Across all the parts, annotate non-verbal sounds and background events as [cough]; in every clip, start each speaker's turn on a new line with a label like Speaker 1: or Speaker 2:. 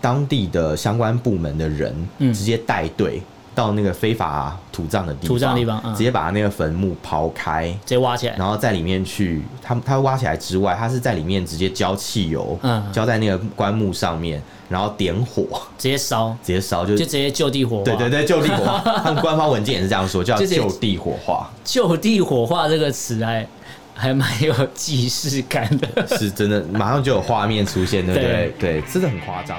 Speaker 1: 当地的相关部门的人
Speaker 2: 嗯
Speaker 1: 直接带队到那个非法土葬的地方，
Speaker 2: 土葬地方嗯
Speaker 1: 直接把那个坟墓刨开，
Speaker 2: 直接挖起来，
Speaker 1: 然后在里面去，他他挖起来之外，他是在里面直接浇汽油，
Speaker 2: 嗯
Speaker 1: 浇在那个棺木上面，然后点火 [laughs]
Speaker 2: 直接烧，
Speaker 1: 直接烧，就
Speaker 2: 就是直接就地火化。啊
Speaker 1: 对对对，就地火
Speaker 2: [laughs]
Speaker 1: 化。他们官方文件也是这样说，叫
Speaker 2: 就是
Speaker 1: 就地火化，
Speaker 2: 就地火化这个词还还蛮有既视感的。
Speaker 1: 是真的，马上就有画面出现，对不对
Speaker 2: 对？
Speaker 1: 对，真的很夸张。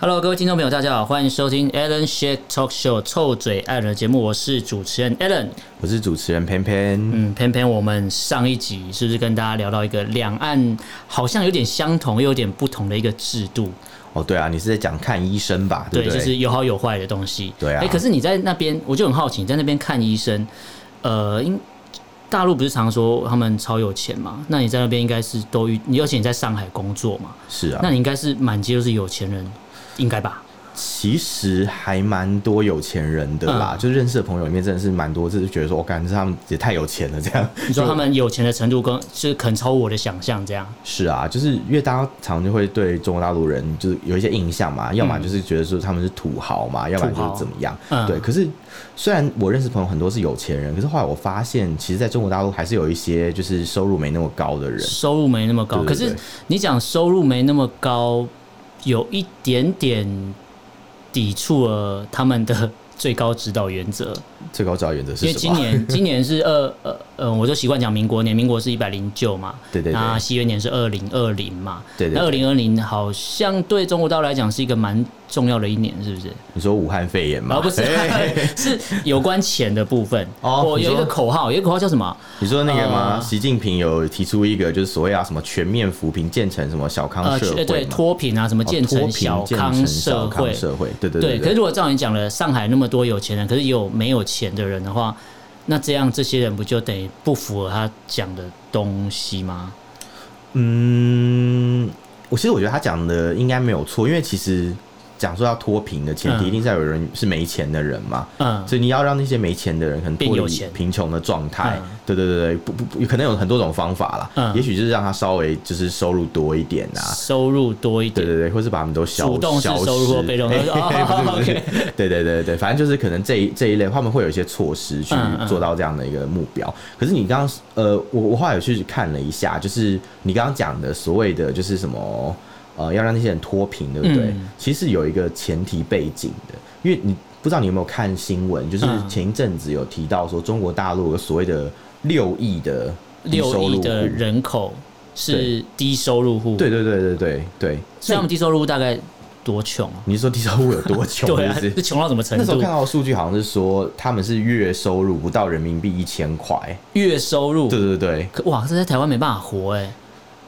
Speaker 2: Hello，各位听众朋友，大家好，欢迎收听 Alan Shake Talk Show 臭嘴艾伦的节目，我是主持人 Alan。
Speaker 1: 我是主持人偏偏，
Speaker 2: 嗯，偏偏我们上一集是不是跟大家聊到一个两岸好像有点相同又有点不同的一个制度？
Speaker 1: 哦，对啊，你是在讲看医生吧？对不
Speaker 2: 就
Speaker 1: 对？
Speaker 2: 是有好有坏的东西。
Speaker 1: 对啊
Speaker 2: 哎、可是你在那边，我就很好奇，你在那边看医生，呃，因大陆不是常说他们超有钱嘛？那你在那边应该是都遇，你而且你在上海工作嘛，
Speaker 1: 是啊
Speaker 2: 那，你应该是满街都是有钱人，应该吧？
Speaker 1: 其实还蛮多有钱人的啦，
Speaker 2: 嗯
Speaker 1: 就认识的朋友里面真的是蛮多，就是觉得说，我哦感觉他们也太有钱了，这样。
Speaker 2: 你说他们有钱的程度跟就是可能超乎我的想象，这样
Speaker 1: 是啊，就是因为大家常就会对中国大陆人就是有一些印象嘛，要么就是觉得说他们是土豪嘛，要不然就是怎么样。
Speaker 2: 嗯
Speaker 1: 对，可是虽然我认识朋友很多是有钱人，可是后来我发现，其实在中国大陆还是有一些就是收入没那么高的人。
Speaker 2: 收入没那么高。
Speaker 1: 对对对
Speaker 2: 可是你讲收入没那么高，有一点点抵触了他们的最高指导原则，
Speaker 1: 最高指导原则
Speaker 2: 因
Speaker 1: 是
Speaker 2: 为
Speaker 1: 什
Speaker 2: 今
Speaker 1: 么？ [laughs]
Speaker 2: 年今年是二呃呃，我就习惯讲民国年，民国是一百零九嘛，
Speaker 1: 对对对
Speaker 2: 那西元年是二零二零嘛，
Speaker 1: 对对
Speaker 2: 那二
Speaker 1: 对
Speaker 2: 零二零好像对中国大陆来讲是一个蛮重要的一年，
Speaker 1: [laughs]
Speaker 2: 是不是？
Speaker 1: 你说武汉肺炎吗？
Speaker 2: 啊，
Speaker 1: [laughs]
Speaker 2: 不是 [laughs]
Speaker 1: 哎，
Speaker 2: 是有关钱的部分。
Speaker 1: 哦
Speaker 2: 我有一
Speaker 1: 你说
Speaker 2: 个口号，有一个口号叫什么？
Speaker 1: 你说那个吗？
Speaker 2: 呃
Speaker 1: 习近平有提出一个，就是所谓啊什么全面扶贫，建成什么小康
Speaker 2: 呃，
Speaker 1: 社
Speaker 2: 去
Speaker 1: 会
Speaker 2: 对
Speaker 1: 嘛
Speaker 2: 脱贫啊，什么
Speaker 1: 哦
Speaker 2: 建
Speaker 1: 脱
Speaker 2: 成
Speaker 1: 贫
Speaker 2: 小
Speaker 1: 建
Speaker 2: 康
Speaker 1: 成
Speaker 2: 社
Speaker 1: 小
Speaker 2: 会
Speaker 1: 康，社会，对对对
Speaker 2: 对。可是如果照你讲了，上海那么多有钱人，可是也有没有钱的人的话，那这样这些人不就等于不符合他讲的东西吗？
Speaker 1: 嗯，我其实我觉得他讲的应该没有错，因为其实讲说要脱贫的前提，
Speaker 2: 嗯
Speaker 1: 一定是要有人是没钱的人嘛。
Speaker 2: 嗯，
Speaker 1: 所以你要让那些没钱的人可能
Speaker 2: 变
Speaker 1: 脱
Speaker 2: 有
Speaker 1: 离
Speaker 2: 钱
Speaker 1: 贫穷的状态
Speaker 2: 嗯，
Speaker 1: 对对对对，不不不，可能有很多种方法啦，
Speaker 2: 嗯
Speaker 1: 也许就是让他稍微就是收入多一点啊，
Speaker 2: 收入多一
Speaker 1: 对
Speaker 2: 点，
Speaker 1: 对对，或是把他们都消
Speaker 2: 主动式
Speaker 1: 消失
Speaker 2: 收入或被动收入
Speaker 1: 嘿嘿 [laughs]
Speaker 2: 哦
Speaker 1: 不是不
Speaker 2: OK
Speaker 1: 是，对对对对，反正就是可能这一这一类，他们会有一些措施去
Speaker 2: 嗯嗯
Speaker 1: 做到这样的一个目标。可是你刚刚呃，我我后来有去看了一下，就是你刚刚讲的所谓的就是什么呃，要让那些人脱贫，对不对？
Speaker 2: 嗯
Speaker 1: 其实有一个前提背景的，因为你不知道你有没有看新闻，就是
Speaker 2: 嗯
Speaker 1: 前一阵子有提到说中国大陆有所谓的六亿的低
Speaker 2: 六
Speaker 1: 收入
Speaker 2: 亿
Speaker 1: 户
Speaker 2: 的人口是低收入户，
Speaker 1: 对，对对对对对，
Speaker 2: 所以他们低收入户大概多穷啊？
Speaker 1: 你是说低收入有多穷？
Speaker 2: [laughs] 对啊，
Speaker 1: 是不是
Speaker 2: 是穷到什么
Speaker 1: 那
Speaker 2: 程
Speaker 1: 时候
Speaker 2: 度
Speaker 1: 看？到的数据好像是说，他们是月收入不到人民币一千块。
Speaker 2: 月收入
Speaker 1: 对，对对
Speaker 2: 可哇，这在台湾没办法活哎。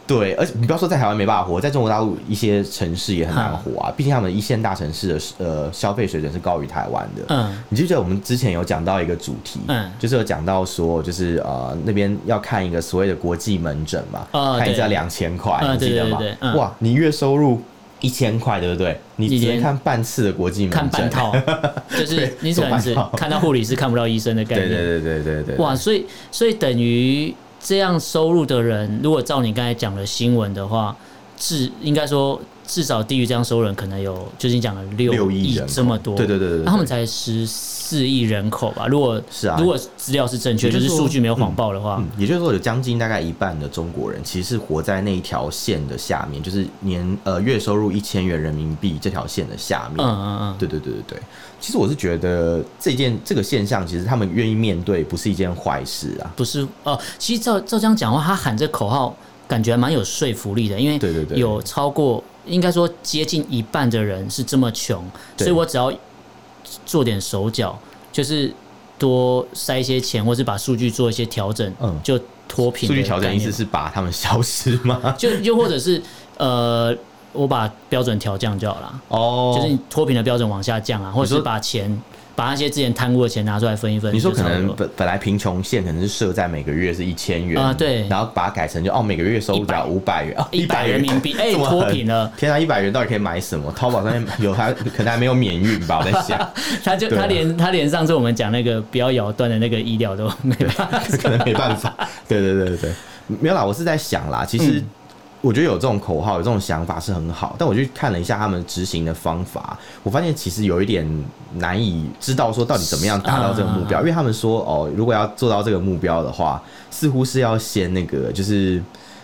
Speaker 1: 对，而且你不要说在台湾没办法活，在中国大陆一些城市也很难
Speaker 2: 哈
Speaker 1: 活啊。毕竟他们一线大城市的呃消费水准是高于台湾的。
Speaker 2: 嗯
Speaker 1: 你记不记得我们之前有讲到一个主题，
Speaker 2: 嗯
Speaker 1: 就是有讲到说，就是呃那边要看一个所谓的国际门诊嘛，
Speaker 2: 哦
Speaker 1: 看一次
Speaker 2: 对
Speaker 1: 要两千块，
Speaker 2: 嗯
Speaker 1: 你记得
Speaker 2: 对对
Speaker 1: 吗？
Speaker 2: 对对嗯
Speaker 1: 哇，你月收入一千块，对不对？你直
Speaker 2: 一
Speaker 1: 接
Speaker 2: 年
Speaker 1: 看半次的国际门诊，
Speaker 2: 看半套， [laughs] 就是
Speaker 1: 嗯啊对
Speaker 2: 你可能
Speaker 1: 走
Speaker 2: 是
Speaker 1: 半套
Speaker 2: 看到护理师看不到医生的概
Speaker 1: 对
Speaker 2: 念。
Speaker 1: 对对对对对，
Speaker 2: 哇，所以所以等于这样收入的人，如果照你刚才讲的新闻的话，至应该说至少低于这样收入人，可能有就是你讲的
Speaker 1: 六
Speaker 2: 六
Speaker 1: 亿
Speaker 2: 亿
Speaker 1: 人口
Speaker 2: 这么多。
Speaker 1: 对对对对对
Speaker 2: 那他们才十四亿人口吧？如果
Speaker 1: 是啊
Speaker 2: 如果资料是正确，
Speaker 1: 也
Speaker 2: 就
Speaker 1: 就是
Speaker 2: 是
Speaker 1: 说
Speaker 2: 数据没有谎报的话
Speaker 1: 嗯，，也就是说，有将近大概一半的中国人其实是活在那一条线的下面，就是年呃月收入一千元人民币这条线的下面。
Speaker 2: 嗯嗯嗯，
Speaker 1: 对对对对对，其实我是觉得这件这个现象，其实他们愿意面对，不是一件坏事啊。
Speaker 2: 不是哦、其实照照这样讲的话，他喊这口号，感觉还蛮有说服力的，因为
Speaker 1: 对对对
Speaker 2: 有超过应该说接近一半的人是这么穷，
Speaker 1: 对
Speaker 2: 所以我只要做点手脚，就是多塞一些钱，或是把数据做一些调整，
Speaker 1: 嗯
Speaker 2: 就脱贫。 [laughs]
Speaker 1: 数据调整意思，是把他们消失吗？
Speaker 2: 就又或者是呃，我把标准调降就好了，
Speaker 1: 哦，
Speaker 2: 就是你脱贫的标准往下降啊，或者
Speaker 1: 你
Speaker 2: 是
Speaker 1: 说
Speaker 2: 把钱把那些之前贪污的钱拿出来分一分
Speaker 1: 你
Speaker 2: 就
Speaker 1: 说
Speaker 2: 差不多
Speaker 1: 可
Speaker 2: 了。
Speaker 1: 能本本来贫穷线可能是设在每个月是一千元
Speaker 2: 啊对
Speaker 1: 然后把它改成就哦每个月收入只要五百元哦
Speaker 2: 一百
Speaker 1: 100
Speaker 2: 人民币哎
Speaker 1: 这么狠
Speaker 2: 脱贫了
Speaker 1: 天啊，一百元到底可以买什么？淘宝上面有还可能还没有免运吧？我在想，
Speaker 2: 他就
Speaker 1: 对啊
Speaker 2: 他连他连上次我们讲那个不要咬断的那个医疗都没办法，
Speaker 1: 可能没办法。对对对对对，没有啦，我是在想啦，其
Speaker 2: 嗯
Speaker 1: 实。我觉得有这种口号，有这种想法是很好，但我去看了一下他们执行的方法，我发现其实有一点难以知道说到底怎么样达到这个目
Speaker 2: 啊
Speaker 1: 标，因为他们说哦，如果要做到这个目标的话，似乎是要先那个，就是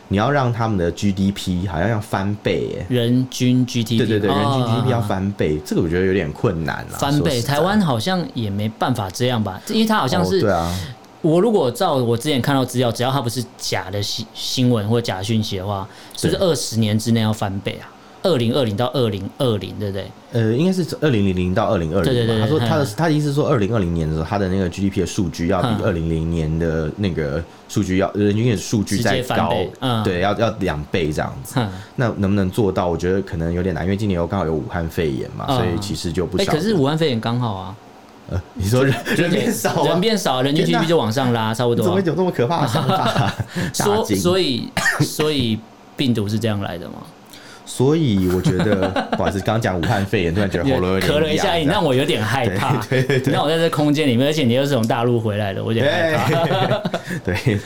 Speaker 1: 你要让他们的 GDP 好像要翻倍耶，
Speaker 2: [laughs] 人均 GDP
Speaker 1: 对对对，人均
Speaker 2: 哦
Speaker 1: GDP 要翻倍，这个我觉得有点困难啦。
Speaker 2: 翻
Speaker 1: 说
Speaker 2: 倍，
Speaker 1: 实在
Speaker 2: 台湾好像也没办法这样吧，因为它好像
Speaker 1: 哦对
Speaker 2: 是
Speaker 1: 啊，
Speaker 2: 我如果照我之前看到资料，只要它不是假的新新闻或假讯息的话，是不是
Speaker 1: 对
Speaker 2: 二十年之内要翻倍啊？二零二零到二零二零，对不对？
Speaker 1: 呃，应该是二零零零到二零二
Speaker 2: 对对
Speaker 1: 零
Speaker 2: 对
Speaker 1: 嘛。他说
Speaker 2: 嗯
Speaker 1: 他的他的意思是说，二零二零年的时候，他的那个 GDP 的数据要比
Speaker 2: 嗯
Speaker 1: 二零零年的那个数据要呃人均的数据
Speaker 2: 直接
Speaker 1: 再
Speaker 2: 翻
Speaker 1: 高
Speaker 2: 倍，嗯
Speaker 1: 对，要要两倍这样子。
Speaker 2: 哼，
Speaker 1: 那能不能做到？我觉得可能有点难，因为今年又刚好有武汉肺炎嘛，
Speaker 2: 嗯
Speaker 1: 所以其实就不
Speaker 2: 哎、
Speaker 1: 晓得。
Speaker 2: 可是武汉肺炎刚好啊，
Speaker 1: 呃， [laughs] 你说人人变少
Speaker 2: 人
Speaker 1: 吗？
Speaker 2: 变少，啊人均
Speaker 1: 天哪
Speaker 2: GDP 就往上拉，差不
Speaker 1: 你
Speaker 2: 多
Speaker 1: 怎
Speaker 2: 啊、
Speaker 1: 么会有这么可怕的想
Speaker 2: [laughs]
Speaker 1: 法？大
Speaker 2: 所
Speaker 1: 惊！
Speaker 2: 所以所以病毒是这样来的吗？
Speaker 1: 所以我觉得，不好意思，刚讲武汉肺炎，突然觉得喉咙有点
Speaker 2: 咳了一下，
Speaker 1: 痒
Speaker 2: [laughs] 你
Speaker 1: 这样
Speaker 2: 让我有点害
Speaker 1: [laughs]
Speaker 2: 怕。你让我在这空间里面，而且你又是从大陆回来的，我有点害怕。
Speaker 1: 对， [laughs] 对，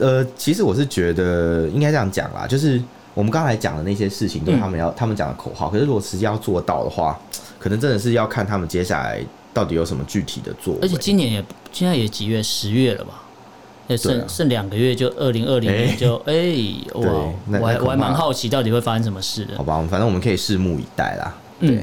Speaker 1: 呃，其实我是觉得应该这样讲啦，就是我们刚才讲的那些事情，
Speaker 2: 嗯
Speaker 1: 都是他们要、他们讲的口号，可是如果实际要做到的话，可能真的是要看他们接下来到底有什么具体的作为。
Speaker 2: 而且今年也现在也几月，十月了吧？也
Speaker 1: 对
Speaker 2: 剩、
Speaker 1: 啊
Speaker 2: 剩两个月就二零二零
Speaker 1: 哎
Speaker 2: 年就哎、哇！
Speaker 1: 那
Speaker 2: 我还
Speaker 1: 那恐怕
Speaker 2: 我还蛮好奇到底会发生什么事的
Speaker 1: 好。吧，我们反正我们可以拭目以待啦。对，
Speaker 2: 嗯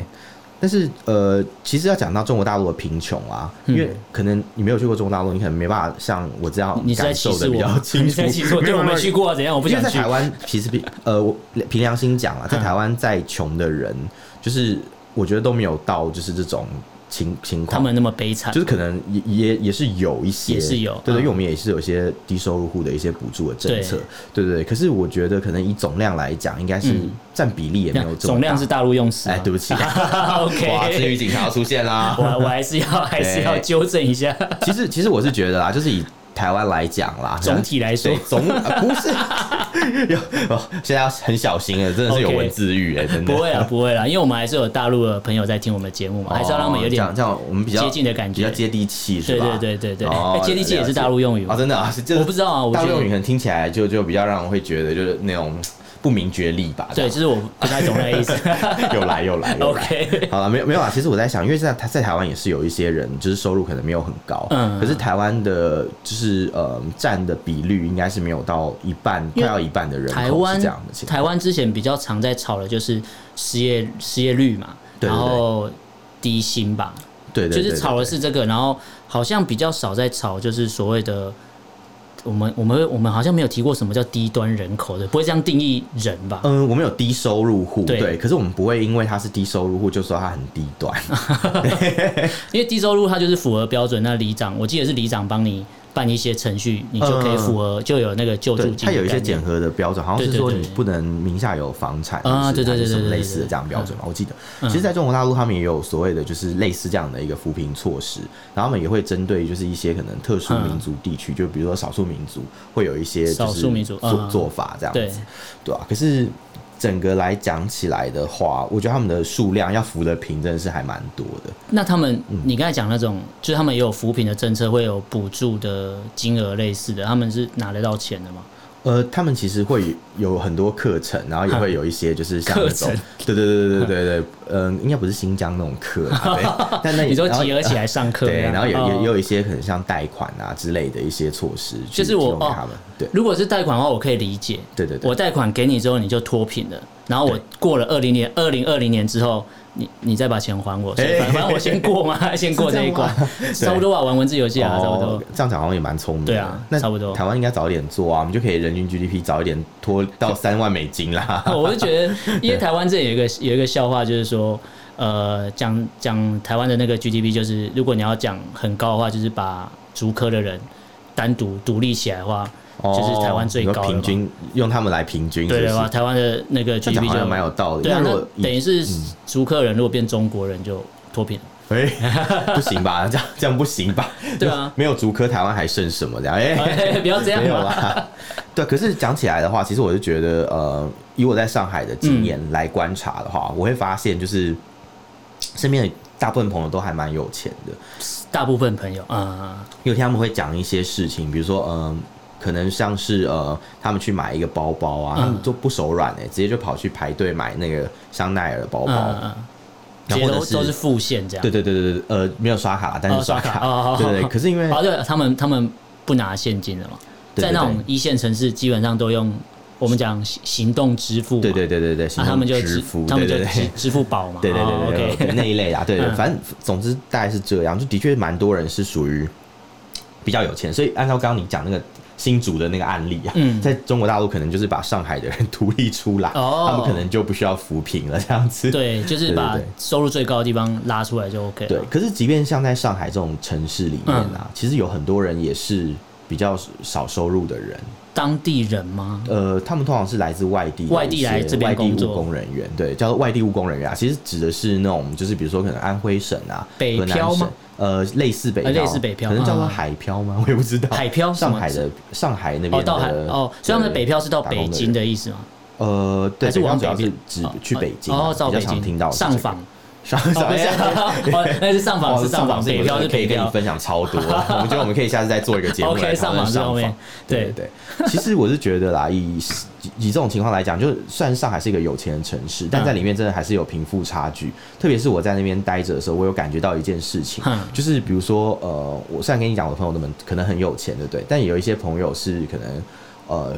Speaker 1: 但是呃，其实要讲到中国大陆的贫穷啊，
Speaker 2: 嗯
Speaker 1: 因为可能你没有去过中国大陆，你可能没办法像我这样
Speaker 2: 你是
Speaker 1: 哦
Speaker 2: 在
Speaker 1: 感
Speaker 2: 歧
Speaker 1: 受的
Speaker 2: 视
Speaker 1: 比
Speaker 2: 我 [laughs]
Speaker 1: 较
Speaker 2: 吗？
Speaker 1: 清
Speaker 2: 你
Speaker 1: 楚
Speaker 2: 在歧视。我？
Speaker 1: 没
Speaker 2: 对，
Speaker 1: 有
Speaker 2: 我
Speaker 1: 没
Speaker 2: 没
Speaker 1: 有
Speaker 2: 去过啊，怎样？我不
Speaker 1: 因为
Speaker 2: 想
Speaker 1: 在
Speaker 2: 去
Speaker 1: 台。湾，其实比呃，我凭良心讲啊，在
Speaker 2: 嗯
Speaker 1: 台湾再穷的人，就是我觉得都没有到就是这种情情
Speaker 2: 他
Speaker 1: 况
Speaker 2: 们。那么悲惨
Speaker 1: 就，是可能也也也是有一些，
Speaker 2: 也是有
Speaker 1: 对对，
Speaker 2: 嗯
Speaker 1: 因为我们也是有一些低收入户的一些补助的政策，对对对。可是我觉得可能以总量来讲，应该是
Speaker 2: 嗯
Speaker 1: 占比例也没有这么
Speaker 2: 总量
Speaker 1: 大
Speaker 2: 是大陆用词吗。
Speaker 1: 哎，对不起，哇，治愈
Speaker 2: [laughs] OK，
Speaker 1: 警察出现啦
Speaker 2: [laughs] 我！ [laughs] 我还是要还是要
Speaker 1: 对
Speaker 2: 纠正一下。
Speaker 1: 其实其实我是觉得啦，就是以台湾来讲啦，
Speaker 2: 总体来说
Speaker 1: 对总、呃不是
Speaker 2: [laughs]
Speaker 1: 有、哦，现在要很小心了，真的是有
Speaker 2: OK
Speaker 1: 文字狱哎、真的
Speaker 2: 不会啦，不会啦，因为我们还是有大陆的朋友在听我们的节目嘛，还是要让他们有点
Speaker 1: 哦这样，这样我们比较
Speaker 2: 接近的感觉
Speaker 1: 比较接地气，是
Speaker 2: 对
Speaker 1: 吧？
Speaker 2: 对对对对，
Speaker 1: 哦
Speaker 2: 哎接地气也
Speaker 1: 了解
Speaker 2: 是大陆用语
Speaker 1: 啊、
Speaker 2: 嘛。
Speaker 1: 真的啊，是这
Speaker 2: 我不知道啊我觉
Speaker 1: 大
Speaker 2: 得
Speaker 1: 陆用语可能听起来就就比较让人会觉得就是那种不明觉厉吧。
Speaker 2: [laughs] 对，就是我不太懂
Speaker 1: [laughs]
Speaker 2: 那个意思。
Speaker 1: 这样，又来又来又来。
Speaker 2: [laughs]
Speaker 1: [laughs]
Speaker 2: OK，
Speaker 1: 好了，没有没有啊。其实我在想，因为在台在台湾也是有一些人，就是收入可能没有很高，
Speaker 2: 嗯
Speaker 1: 可是台湾的就是呃占的比率应该是没有到一半，快
Speaker 2: 因为
Speaker 1: 要一半的人
Speaker 2: 台
Speaker 1: 口
Speaker 2: 湾
Speaker 1: 是这样的情况。
Speaker 2: 台湾之前比较常在吵的就是失业失业率嘛，
Speaker 1: 对对对
Speaker 2: 然后低薪吧，
Speaker 1: 对对对，
Speaker 2: 就是吵的是这个，然后好像比较少在吵就是所谓的。我们我们我们好像没有提过什么叫低端人口的，不会这样定义人吧？
Speaker 1: 嗯，我们有低收入户，
Speaker 2: 对
Speaker 1: 对，可是我们不会因为他是低收入户就说他很低
Speaker 2: [laughs]
Speaker 1: 端，
Speaker 2: 因为低收入它就是符合标准，那里长我记得是里长帮你办一些程序，你就可以符合，就有那个救助
Speaker 1: 对，
Speaker 2: 金的概
Speaker 1: 它
Speaker 2: 念。
Speaker 1: 有一些检核的标准，好像是
Speaker 2: 对对
Speaker 1: 说
Speaker 2: 对
Speaker 1: 你不能名下有房产
Speaker 2: 啊
Speaker 1: 还是
Speaker 2: 对对
Speaker 1: 还是
Speaker 2: 对
Speaker 1: 什
Speaker 2: 对
Speaker 1: 么
Speaker 2: 对
Speaker 1: 类似的
Speaker 2: 对
Speaker 1: 这样标准嘛，我记得。
Speaker 2: 嗯
Speaker 1: 其实，在中国大陆他们也有所谓的就是类似这样的一个扶贫措施，然后他们也会针对就是一些可能特殊民族地区，就比如说少数民族会有一些就
Speaker 2: 嗯少
Speaker 1: 是
Speaker 2: 数民族
Speaker 1: 做
Speaker 2: 嗯
Speaker 1: 做法这样
Speaker 2: 对
Speaker 1: 子，对啊，可是。整个来讲起来的话，我觉得他们的数量要扶的平真的是还蛮多的。
Speaker 2: 那他们，你刚才讲那种，就是他们也有扶贫的政策，会有补助的金额类似的，他们是拿得到钱的吗？
Speaker 1: 呃，他们其实会有很多课程，然后也会有一些就是像那种
Speaker 2: 课程，
Speaker 1: 对对对对对对对，嗯，应该不是新疆那种课
Speaker 2: [laughs]
Speaker 1: 啦，对，但那也
Speaker 2: 你说
Speaker 1: 然后
Speaker 2: 集合起来上课，
Speaker 1: 对，然后也也也
Speaker 2: 哦。
Speaker 1: 有一些可能像贷款啊之类的一些措施去
Speaker 2: 就是
Speaker 1: 提
Speaker 2: 我
Speaker 1: 供给
Speaker 2: 哦
Speaker 1: 他们，对
Speaker 2: 如果是贷款的话，我可以理解。
Speaker 1: 对对对，
Speaker 2: 我贷款给你之后，你就脱贫了。然后我
Speaker 1: 对
Speaker 2: 过了二零年，二零二零年之后，你你再把钱还我。所以反
Speaker 1: 哎
Speaker 2: 反正我先过嘛， [laughs] 先过这
Speaker 1: [laughs]
Speaker 2: 一关，差不多吧。玩文字游戏啊，差不
Speaker 1: 哦
Speaker 2: 多。，
Speaker 1: 这样讲好像也蛮聪明的，
Speaker 2: 对啊
Speaker 1: 那
Speaker 2: 差不多
Speaker 1: 台湾应该早一点做啊，我们就可以人均 GDP 早一点拖到
Speaker 2: [laughs]
Speaker 1: 三万美金啦。
Speaker 2: 我是觉得，因为台湾这有一个有一个笑话，就是说，呃，讲讲台湾的那个 GDP，就是 [laughs] 如果你要讲很高的话，就是把竹科的人单独独立起来的话，就是台湾最
Speaker 1: 哦你
Speaker 2: 高
Speaker 1: 说
Speaker 2: 的
Speaker 1: 平
Speaker 2: 嘛
Speaker 1: 均用他们来平均，嗯
Speaker 2: 对
Speaker 1: 是
Speaker 2: 的
Speaker 1: 不
Speaker 2: 话，
Speaker 1: 是？
Speaker 2: 台湾的那个
Speaker 1: 这讲
Speaker 2: GDP
Speaker 1: 好
Speaker 2: 就
Speaker 1: 像蛮有道理。
Speaker 2: 对啊，
Speaker 1: 那如果
Speaker 2: 那等于是
Speaker 1: 嗯
Speaker 2: 逐客人如果变中国人就
Speaker 1: [laughs]
Speaker 2: 脱贫了。
Speaker 1: 哎、不行吧？这样这样不行吧？
Speaker 2: 对啊 [laughs]
Speaker 1: 没有竹科，台湾还剩什么？这样哎、
Speaker 2: 哎不要这样
Speaker 1: 没有
Speaker 2: 嘛
Speaker 1: 啦。对，可是讲起来的话，其实我就觉得，呃，以我在上海的经验来观察的
Speaker 2: 嗯
Speaker 1: 话，我会发现，就是身边的大部分朋友都还蛮有钱的，
Speaker 2: 大部分朋友，啊，
Speaker 1: 有天他们会讲一些事情，比如说，嗯、可能像是呃，他们去买一个包包啊，
Speaker 2: 嗯
Speaker 1: 他们都不手软哎、直接就跑去排队买那个香奈儿的包
Speaker 2: 嗯
Speaker 1: 包，
Speaker 2: 嗯，嗯
Speaker 1: 然
Speaker 2: 其
Speaker 1: 后
Speaker 2: 实
Speaker 1: 或
Speaker 2: 都
Speaker 1: 者
Speaker 2: 都是付现这样。
Speaker 1: 对对对对对，呃，没有刷卡啦，但是
Speaker 2: 哦刷
Speaker 1: 卡，
Speaker 2: 卡哦哦哦
Speaker 1: 对对对。可是因为
Speaker 2: 啊，对，他们他们不拿现金的嘛，
Speaker 1: 对对
Speaker 2: 在那
Speaker 1: 对
Speaker 2: 种一线城市，基本上都用我们讲行行动支付嘛，
Speaker 1: 对对对对对，
Speaker 2: 那、
Speaker 1: 行
Speaker 2: 他
Speaker 1: 动
Speaker 2: 们就
Speaker 1: 支
Speaker 2: 支
Speaker 1: 付，，
Speaker 2: 他们就
Speaker 1: 对对
Speaker 2: 支
Speaker 1: 对
Speaker 2: 支付宝嘛，
Speaker 1: 对对
Speaker 2: 哦
Speaker 1: 对对对
Speaker 2: OK，
Speaker 1: 那一类啦，对对，
Speaker 2: 嗯
Speaker 1: 反正总之大概是这样，就的确蛮多人是属于比较有钱，所以按照刚刚你讲那个新竹的那个案例啊，
Speaker 2: 嗯
Speaker 1: 在中国大陆可能就是把上海的人独立出来，
Speaker 2: 哦
Speaker 1: 他们可能就不需要扶贫了这样子，
Speaker 2: [laughs] 对，就是把
Speaker 1: 对对对
Speaker 2: 收入最高的地方拉出来就 OK
Speaker 1: 对
Speaker 2: 了。，
Speaker 1: 可是即便像在上海这种城市里面啊，其实有很多人也是比较少收入的人，
Speaker 2: 当地人吗？
Speaker 1: 呃，他们通常是来自外地的
Speaker 2: 外地
Speaker 1: 一些
Speaker 2: 来这边
Speaker 1: 外地
Speaker 2: 工
Speaker 1: 务
Speaker 2: 作
Speaker 1: 工人员，对，叫做外地务工人员啊，其实指的是那种就是比如说可能安徽省啊、
Speaker 2: 北
Speaker 1: 河南
Speaker 2: 漂吗
Speaker 1: 省？呃，类似北漂，
Speaker 2: 呃类似北漂
Speaker 1: 可能叫做
Speaker 2: 嗯
Speaker 1: 海漂吗？我也不知道。
Speaker 2: 海漂什
Speaker 1: 上
Speaker 2: 么
Speaker 1: 海的上海那边
Speaker 2: 哦，
Speaker 1: 的
Speaker 2: 到海哦，所以他们的北漂是到北京
Speaker 1: 的
Speaker 2: 的意思吗？
Speaker 1: 打工人员，呃，对，
Speaker 2: 还是
Speaker 1: 北漂
Speaker 2: 往
Speaker 1: 主要
Speaker 2: 北
Speaker 1: 是
Speaker 2: 边
Speaker 1: 指
Speaker 2: 哦
Speaker 1: 去北京啊，
Speaker 2: 哦，到
Speaker 1: 比较
Speaker 2: 北
Speaker 1: 常
Speaker 2: 京
Speaker 1: 听到的是
Speaker 2: 上
Speaker 1: 这个
Speaker 2: 访，
Speaker 1: 上
Speaker 2: 哦
Speaker 1: [laughs] 上
Speaker 2: 不是哦那是 [laughs] 上访是上访，北漂是
Speaker 1: 可以
Speaker 2: 北
Speaker 1: 跟你
Speaker 2: 漂。
Speaker 1: 分
Speaker 2: [laughs]
Speaker 1: 享超多。我们觉得我们可以下次再做一个节目
Speaker 2: OK，
Speaker 1: 来讨论
Speaker 2: 上访这
Speaker 1: 上
Speaker 2: 方面
Speaker 1: 访。对
Speaker 2: 对
Speaker 1: 对，对其实我是觉得啦，以以这种情况来讲，就是虽然上海是一个有钱的城市，但在
Speaker 2: 嗯
Speaker 1: 里面真的还是有贫富差距。特别是我在那边待着的时候，我有感觉到一件事情
Speaker 2: 嗯，
Speaker 1: 就是比如说呃，我虽然跟你讲我的朋友们可能很有钱，对不对？但也有一些朋友是可能呃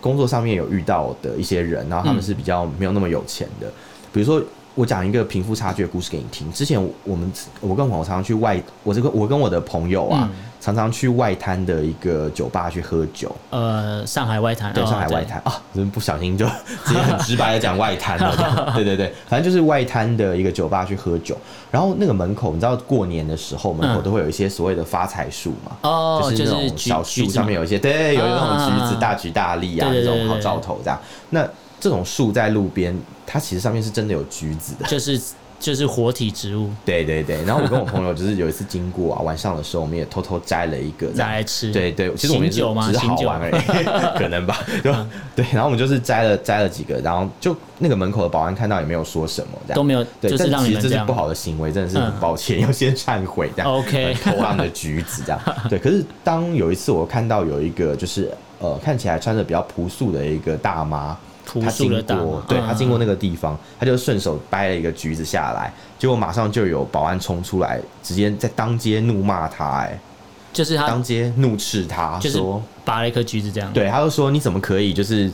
Speaker 1: 工作上面有遇到的一些人，然后他们
Speaker 2: 嗯
Speaker 1: 是比较没有那么有钱的。比如说，我讲一个贫富差距的故事给你听。之前我我们我跟我常常去外，我这个我跟我的朋友啊，
Speaker 2: 嗯
Speaker 1: 常常去外滩的一个酒吧去喝酒。
Speaker 2: 呃，上海外滩，
Speaker 1: 对，
Speaker 2: 哦
Speaker 1: 上海外，滩啊，真不小心就 [laughs] 直接很直白的讲外滩
Speaker 2: [laughs]
Speaker 1: 了。对对对，反正就是外滩的一个酒吧去喝酒，然后那个门口，你知道过年的时候门口
Speaker 2: 嗯
Speaker 1: 都会有一些所谓的发财树嘛，
Speaker 2: 哦，
Speaker 1: 就是
Speaker 2: 就
Speaker 1: 那
Speaker 2: 是
Speaker 1: 种
Speaker 2: 橘
Speaker 1: 小
Speaker 2: 橘
Speaker 1: 树
Speaker 2: 子
Speaker 1: 上
Speaker 2: 嘛
Speaker 1: 面有一些，对，有那种橘
Speaker 2: 啊
Speaker 1: 子大橘大利啊，
Speaker 2: 对
Speaker 1: 那
Speaker 2: 对对
Speaker 1: 种好
Speaker 2: 对对
Speaker 1: 兆头这样。那这种树在路边，它其实上面是真的有橘子的。
Speaker 2: 就是就是活体植物
Speaker 1: 对对对，然后我跟我朋友就是有一次经过啊，晚 [laughs] 上的时候我们也偷偷摘了一个这
Speaker 2: 拿
Speaker 1: 样，
Speaker 2: 来吃。
Speaker 1: 对对，其实我们也是
Speaker 2: 醒酒吗
Speaker 1: 只是好
Speaker 2: 醒酒
Speaker 1: 玩而已， [laughs] 可能吧。就对，然后我们就是摘了摘了几个，然后就那个门口的保安看到也没有说什么，这样
Speaker 2: 都没有
Speaker 1: 对，
Speaker 2: 就是
Speaker 1: 但
Speaker 2: 让
Speaker 1: 其
Speaker 2: 你
Speaker 1: 实
Speaker 2: 们
Speaker 1: 这
Speaker 2: 这
Speaker 1: 是
Speaker 2: 样
Speaker 1: 不好的行为，真的是很
Speaker 2: 嗯
Speaker 1: 抱歉，要先忏悔这样。呃
Speaker 2: OK
Speaker 1: 偷他们的橘子这
Speaker 2: [laughs]
Speaker 1: 样。对，可是当有一次我看到有一个就是呃看起来穿着比较朴素的一个大妈。
Speaker 2: 朴
Speaker 1: 她
Speaker 2: 素
Speaker 1: 经
Speaker 2: 的大
Speaker 1: 过
Speaker 2: 妈，
Speaker 1: 对
Speaker 2: 嗯
Speaker 1: 她经过那个地方，她就顺手掰了一个橘子下来，结果马上就有保安冲出来，直接在当街怒骂她，哎，
Speaker 2: 就是他
Speaker 1: 当街怒斥她，
Speaker 2: 就是嗯
Speaker 1: 说，
Speaker 2: 拔了一颗橘子这样。，
Speaker 1: 对，她就说你怎么可以就是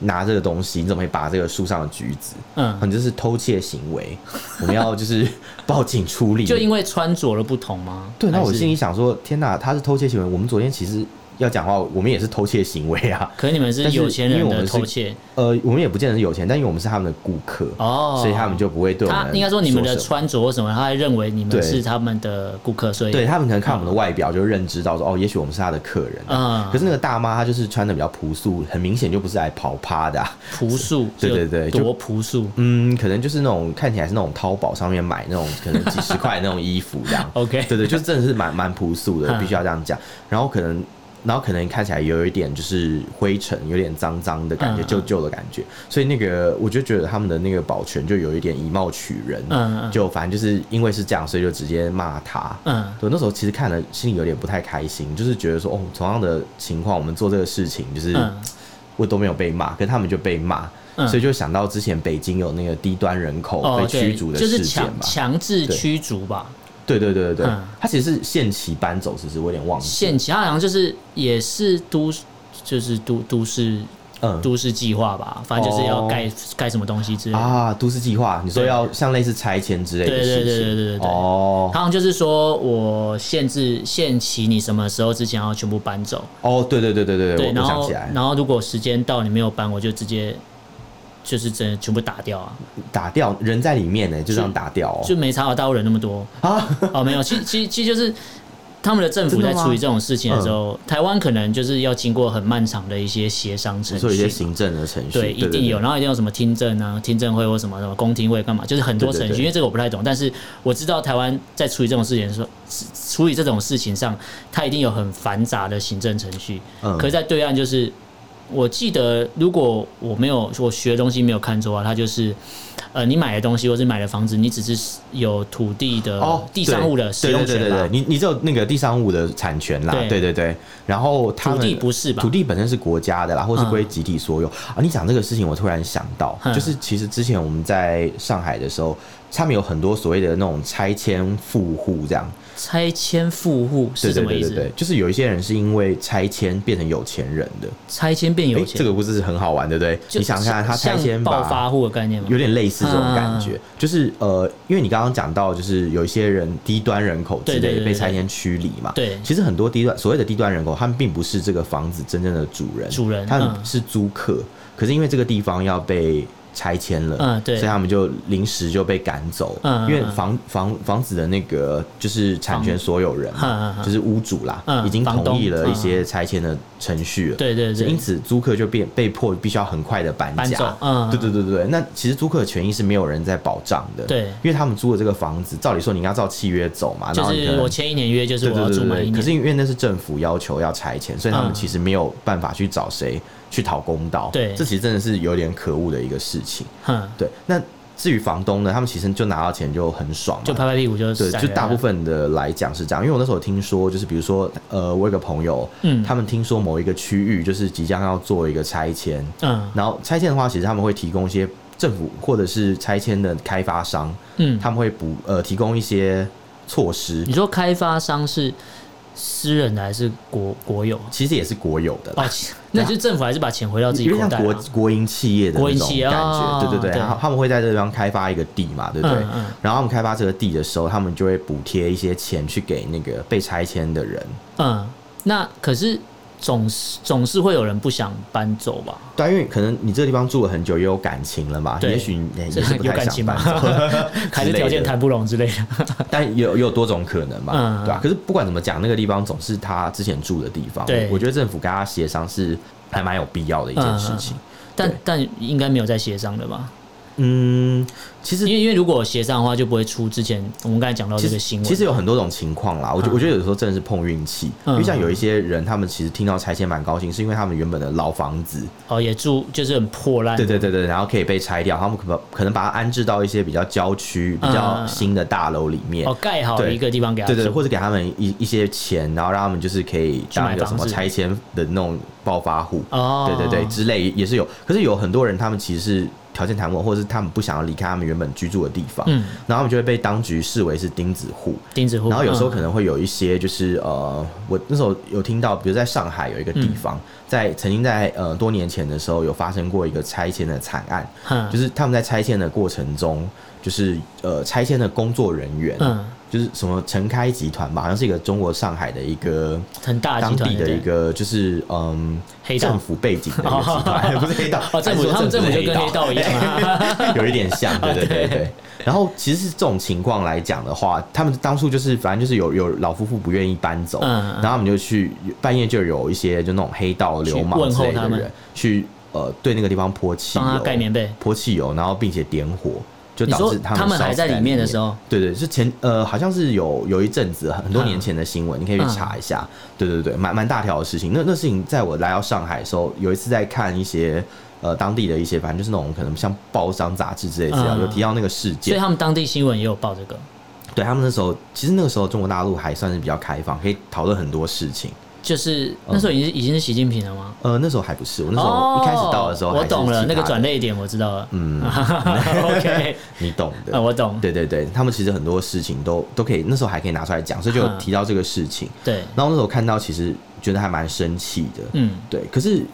Speaker 1: 拿这个东西，你怎么会拔这个树上的橘子？
Speaker 2: 嗯，
Speaker 1: 你这是偷窃行为， [laughs] 我们要就是报警处理。
Speaker 2: [laughs] 就因为穿着的不同吗？
Speaker 1: 对，那
Speaker 2: 还
Speaker 1: 我
Speaker 2: 是
Speaker 1: 心里，想说，天哪，他是偷窃行为。我们昨天其实要讲话，我们也是偷窃行为啊。 [laughs]
Speaker 2: 可是你们
Speaker 1: 但
Speaker 2: 是
Speaker 1: 是
Speaker 2: 有钱
Speaker 1: 因
Speaker 2: 人
Speaker 1: 为我
Speaker 2: 的
Speaker 1: 们是
Speaker 2: 偷窃
Speaker 1: 呃，我们也不见得是有钱，但因为我们是他们的顾客，
Speaker 2: 哦，
Speaker 1: 所以他们就不会对我
Speaker 2: 他
Speaker 1: 们
Speaker 2: 应该说你们的
Speaker 1: 什么
Speaker 2: 穿着或什么，他还认为你
Speaker 1: 对
Speaker 2: 们是他们的顾客，所以
Speaker 1: 对他们可能看我们的外表就认知到说，哦，也许我们是他的客人。啊
Speaker 2: 嗯
Speaker 1: 可是那个大妈她就是穿的比较朴素，很明显就不是来跑趴的、
Speaker 2: [laughs]
Speaker 1: 啊。
Speaker 2: 朴素，
Speaker 1: 对对对
Speaker 2: 就
Speaker 1: 就
Speaker 2: 多朴素。
Speaker 1: 嗯，可能就是那种看起来是那种淘宝上面买那种可能几十块那种衣服这
Speaker 2: [laughs]
Speaker 1: 样。
Speaker 2: OK
Speaker 1: 对对，就是真的是蛮蛮朴素的，
Speaker 2: 嗯
Speaker 1: 必须要这样讲。然后可能，然后可能看起来有一点就是灰尘，有点脏脏的感觉，
Speaker 2: 嗯嗯
Speaker 1: 旧旧的感觉。所以那个我就觉得他们的那个保全就有一点以貌取人，
Speaker 2: 嗯嗯
Speaker 1: 就反正就是因为是这样，所以就直接骂他。
Speaker 2: 嗯
Speaker 1: 对，那时候其实看了心里有点不太开心，就是觉得说哦，同样的情况，我们做这个事情就是。
Speaker 2: 嗯
Speaker 1: 我都没有被骂，可是他们就被骂，
Speaker 2: 嗯
Speaker 1: 所以就想到之前北京有那个低端人口
Speaker 2: 哦，
Speaker 1: 被
Speaker 2: 对
Speaker 1: 驱逐的
Speaker 2: 就是
Speaker 1: 事件
Speaker 2: 强
Speaker 1: 嘛。
Speaker 2: 强制
Speaker 1: 对哦
Speaker 2: 驱逐吧。
Speaker 1: 对对对对对，
Speaker 2: 嗯
Speaker 1: 他其实是限期搬走，是不是？我有点忘记。
Speaker 2: 县其他好像就是也是都就是都都市
Speaker 1: 嗯
Speaker 2: 都市计划吧，反正就是要
Speaker 1: 哦
Speaker 2: 盖盖什么东西之类的。
Speaker 1: 啊，都市计划，你说
Speaker 2: 对
Speaker 1: 要像类似拆迁之类的
Speaker 2: 对对
Speaker 1: 事情。
Speaker 2: 对对对对对
Speaker 1: 哦
Speaker 2: 他好像就是说我限制限期，你什么时候之前要全部搬走？
Speaker 1: 哦，对对对对对
Speaker 2: 对，
Speaker 1: 我
Speaker 2: 然
Speaker 1: 我想
Speaker 2: 后
Speaker 1: 起来，
Speaker 2: 然后如果时间到你没有搬，我就直接就是真的全部打掉啊，
Speaker 1: 打掉人在里面呢，就这样打掉哦。
Speaker 2: 就没查到大陆人那么多
Speaker 1: 啊，
Speaker 2: 哦，没有，其其其实就是。他们的政府
Speaker 1: 真的
Speaker 2: 在
Speaker 1: 吗嗯
Speaker 2: 处理这种事情的时候，台湾可能就是要经过很漫长的一些协商程
Speaker 1: 你说有一些
Speaker 2: 序。
Speaker 1: 行政的程序，
Speaker 2: 对，一定有，
Speaker 1: 对
Speaker 2: 然后一定有什么听证啊、听证会或什么什么公听会干嘛，就是很多
Speaker 1: 对对
Speaker 2: 程序。
Speaker 1: 对
Speaker 2: 因为这个我不太懂，但是我知道台湾在处理这种事情的时候，处理这种事情上，它一定有很繁杂的行政程序。
Speaker 1: 嗯
Speaker 2: 可是在对岸就是，我记得如果我没有我学的东西没有看错啊，它就是。呃，你买的东西或是买的房子，你只是有土地的、
Speaker 1: 哦，
Speaker 2: 地上物的
Speaker 1: 对
Speaker 2: 使用
Speaker 1: 对
Speaker 2: 权
Speaker 1: 对对
Speaker 2: 吧
Speaker 1: 对，？你你只有那个地上物的产权啦，
Speaker 2: 对
Speaker 1: 对对对。然后他们
Speaker 2: 土地不是吧
Speaker 1: 土地本身是国家的啦，或是
Speaker 2: 嗯
Speaker 1: 归集体所有、啊。你讲这个事情，我突然想到，
Speaker 2: 嗯
Speaker 1: 就是其实之前我们在上海的时候，他们有很多所谓的那种拆迁富户这样，
Speaker 2: 拆迁富户是
Speaker 1: 对
Speaker 2: 什
Speaker 1: 对
Speaker 2: 么
Speaker 1: 对
Speaker 2: 意
Speaker 1: 对
Speaker 2: 思？
Speaker 1: 对，就是有一些人是因为拆迁变成有钱人的，
Speaker 2: 拆迁变有
Speaker 1: 诶
Speaker 2: 钱，
Speaker 1: 这个故事是很好玩，对不对？
Speaker 2: 就
Speaker 1: 你想想看，他拆
Speaker 2: 像
Speaker 1: 迁
Speaker 2: 暴
Speaker 1: 把
Speaker 2: 发户的概念吗？
Speaker 1: 有点类似这种感觉，
Speaker 2: 嗯
Speaker 1: 就是呃，因为你刚刚讲到，就是有一些人低端人口之
Speaker 2: 对对对
Speaker 1: 类
Speaker 2: 对
Speaker 1: 被拆迁驱离嘛。
Speaker 2: 对
Speaker 1: 其实很多低端所谓的低端人口，他们并不是这个房子真正的主人，
Speaker 2: 主人
Speaker 1: 他们
Speaker 2: 嗯
Speaker 1: 是租客。可是因为这个地方要被拆迁了，
Speaker 2: 嗯对
Speaker 1: 所以他们就临时就被赶走，
Speaker 2: 嗯嗯
Speaker 1: 因为
Speaker 2: 嗯
Speaker 1: 房房房子的那个就是产权所有人嘛，
Speaker 2: 嗯嗯嗯
Speaker 1: 就是屋主啦，
Speaker 2: 嗯
Speaker 1: 已经
Speaker 2: 房
Speaker 1: 同意
Speaker 2: 东
Speaker 1: 了
Speaker 2: 嗯
Speaker 1: 一些拆迁的程序了，
Speaker 2: 对对对
Speaker 1: 因此租客就变被迫必须要很快的搬
Speaker 2: 搬
Speaker 1: 家
Speaker 2: 走，嗯
Speaker 1: 对对对对对，那其实租客的权益是没有人在保障的，
Speaker 2: 对
Speaker 1: 因为他们租的这个房子，照理说你应该照契约走嘛，然
Speaker 2: 就
Speaker 1: 后你可
Speaker 2: 是
Speaker 1: 能
Speaker 2: 我签一年约，就是
Speaker 1: 对
Speaker 2: 我
Speaker 1: 对
Speaker 2: 要
Speaker 1: 对
Speaker 2: 住满
Speaker 1: 对对，
Speaker 2: 一年。
Speaker 1: 可是因为那是政府要求要拆迁，所以他们
Speaker 2: 嗯
Speaker 1: 其实没有办法去找谁去讨公道，
Speaker 2: 对
Speaker 1: 这其实真的是有点可恶的一个事情，
Speaker 2: 哼，
Speaker 1: 对，那。至于房东呢，他们其实就拿到钱就很爽嘛，
Speaker 2: 就拍啊拍屁股就
Speaker 1: 对，
Speaker 2: 闪
Speaker 1: 就
Speaker 2: 人
Speaker 1: 大部分的来讲是这样，因为我那时候有听说，就是比如说，呃，我有个朋友，
Speaker 2: 嗯
Speaker 1: 他们听说某一个区域就是即将要做一个拆迁，
Speaker 2: 嗯
Speaker 1: 然后拆迁的话，其实他们会提供一些政府或者是拆迁的开发商，
Speaker 2: 嗯，
Speaker 1: 他们会补呃提供一些措施
Speaker 2: 你，说开发商是私人的还是国国有？
Speaker 1: 其实也是国有的啦。
Speaker 2: 哦，
Speaker 1: [laughs]
Speaker 2: 其那就是政府还是把钱回到自己
Speaker 1: 因为
Speaker 2: 口
Speaker 1: 像
Speaker 2: 袋
Speaker 1: 国
Speaker 2: 啊。
Speaker 1: 国营企业的
Speaker 2: 国
Speaker 1: 那
Speaker 2: 营
Speaker 1: 种
Speaker 2: 企业
Speaker 1: 感
Speaker 2: 哦
Speaker 1: 觉，对对对，
Speaker 2: 对
Speaker 1: 然后他们会在这个地方开发一个地嘛，对不对
Speaker 2: 嗯嗯？
Speaker 1: 然后他们开发这个地的时候，他们就会补贴一些钱去给那个被拆迁的人，
Speaker 2: 嗯，那可是总是总是会有人不想搬走吧？
Speaker 1: 对啊，因为可能你这个地方住了很久，也有感情了嘛，
Speaker 2: 对
Speaker 1: 也许你哎也
Speaker 2: 这
Speaker 1: 是不
Speaker 2: 有
Speaker 1: 太
Speaker 2: 感
Speaker 1: 想
Speaker 2: 情吗
Speaker 1: 搬走，
Speaker 2: [laughs] 还是条件谈不拢之类的？
Speaker 1: 但也有也有多种可能嘛，
Speaker 2: 嗯
Speaker 1: 对吧、可是不管怎么讲，那个地方总是他之前住的地方，
Speaker 2: 对
Speaker 1: 我我觉得政府跟他协商是还蛮有必要的一件事情。
Speaker 2: 嗯但但应该没有在协商的吧？
Speaker 1: 嗯，其实
Speaker 2: 因为因为如果有协商的话，就不会出之前我们刚才讲到
Speaker 1: 其
Speaker 2: 这
Speaker 1: 实
Speaker 2: 个新闻。
Speaker 1: 其实有很多种情况啦，我觉
Speaker 2: 嗯
Speaker 1: 我觉得有时候真的是碰运气，
Speaker 2: 嗯
Speaker 1: 因为像有一些人，他们其实听到拆迁蛮高兴，是因为他们原本的老房子，
Speaker 2: 哦，也住就是很破烂。
Speaker 1: 对对对对，然后可以被拆掉，他们可能可能把它安置到一些比较郊区、比较
Speaker 2: 嗯
Speaker 1: 新的大楼里面
Speaker 2: 哦，，盖好
Speaker 1: 对
Speaker 2: 一个地方给他
Speaker 1: 对对，
Speaker 2: 住
Speaker 1: 或者给他们一一些钱，然后让他们就是可以
Speaker 2: 去买
Speaker 1: 当一个什么
Speaker 2: 房子
Speaker 1: 拆迁的那种暴发户，
Speaker 2: 哦，
Speaker 1: 对对对，之类也是有。可是有很多人，他们其实是条件谈不拢，或者是他们不想要离开他们原本居住的地方，
Speaker 2: 嗯
Speaker 1: 然后他们就会被当局视为是钉子户。
Speaker 2: 钉子户。
Speaker 1: 然后有时候
Speaker 2: 嗯
Speaker 1: 可能会有一些，就是、呃，我那时候有听到，比如在上海有一个地
Speaker 2: 嗯
Speaker 1: 方，在曾经在呃多年前的时候有发生过一个拆迁的惨案，
Speaker 2: 嗯
Speaker 1: 就是他们在拆迁的过程中，就是呃拆迁的工作人员，
Speaker 2: 嗯
Speaker 1: 就是什么城开集团吧，好像是一个中国上海的一个
Speaker 2: 很大
Speaker 1: 当
Speaker 2: 啊集团
Speaker 1: 地的一个就是嗯
Speaker 2: 黑道
Speaker 1: 政府背景的一个集团， [laughs] 不是黑道，
Speaker 2: 哦，政府
Speaker 1: 还是说
Speaker 2: 他们政府就
Speaker 1: 黑
Speaker 2: 跟
Speaker 1: 道
Speaker 2: 黑道一啊样啊，
Speaker 1: [laughs] 有一点像，
Speaker 2: [laughs]
Speaker 1: 对对对对。然后其实是这种情况来讲的话，他们当初就是反正就是有有老夫妇不愿意搬走，
Speaker 2: 嗯嗯
Speaker 1: 然后他们就去半夜就有一些就那种黑道流
Speaker 2: 去
Speaker 1: 氓
Speaker 2: 问
Speaker 1: 之
Speaker 2: 候
Speaker 1: 类的
Speaker 2: 他们
Speaker 1: 人去呃对那个地方泼汽
Speaker 2: 帮
Speaker 1: 油
Speaker 2: 他，盖棉被
Speaker 1: 泼汽油，然后并且点火。就
Speaker 2: 你
Speaker 1: 导
Speaker 2: 说
Speaker 1: 致他
Speaker 2: 他们
Speaker 1: 烧
Speaker 2: 还
Speaker 1: 死
Speaker 2: 在里面的时候，
Speaker 1: 对对，是前呃，好像是有有一阵子很多年前的新闻，你可
Speaker 2: 嗯
Speaker 1: 以去查一下。对对对，蛮蛮大条的事情。那那事情在我来到上海的时候，有一次在看一些呃当地的一些，反正就是那种可能像报章杂志之类的资料，
Speaker 2: 嗯
Speaker 1: 有提到那个事
Speaker 2: 所以
Speaker 1: 件。
Speaker 2: 他们当地新闻也有报这个，
Speaker 1: 对他们那时候，其实那个时候中国大陆还算是比较开放，可以讨论很多事情。
Speaker 2: 就是那时候已经已经是习近平了吗？
Speaker 1: 呃，那时候还不是，哦我那时候一开始到的时候
Speaker 2: 哦
Speaker 1: 还
Speaker 2: 我
Speaker 1: 是其他的，
Speaker 2: 懂了，那个转泪点我知道了。
Speaker 1: 嗯
Speaker 2: [laughs] OK，
Speaker 1: 你懂的。
Speaker 2: [laughs] 呃我懂。
Speaker 1: [laughs] 对对对，他们其实很多事情都都可以，那时候还可以拿出来讲，所以就有
Speaker 2: 嗯
Speaker 1: 提到这个事情。
Speaker 2: 对，
Speaker 1: 然后那时候看到，其实觉得还蛮生气的。
Speaker 2: 嗯，
Speaker 1: 对，可是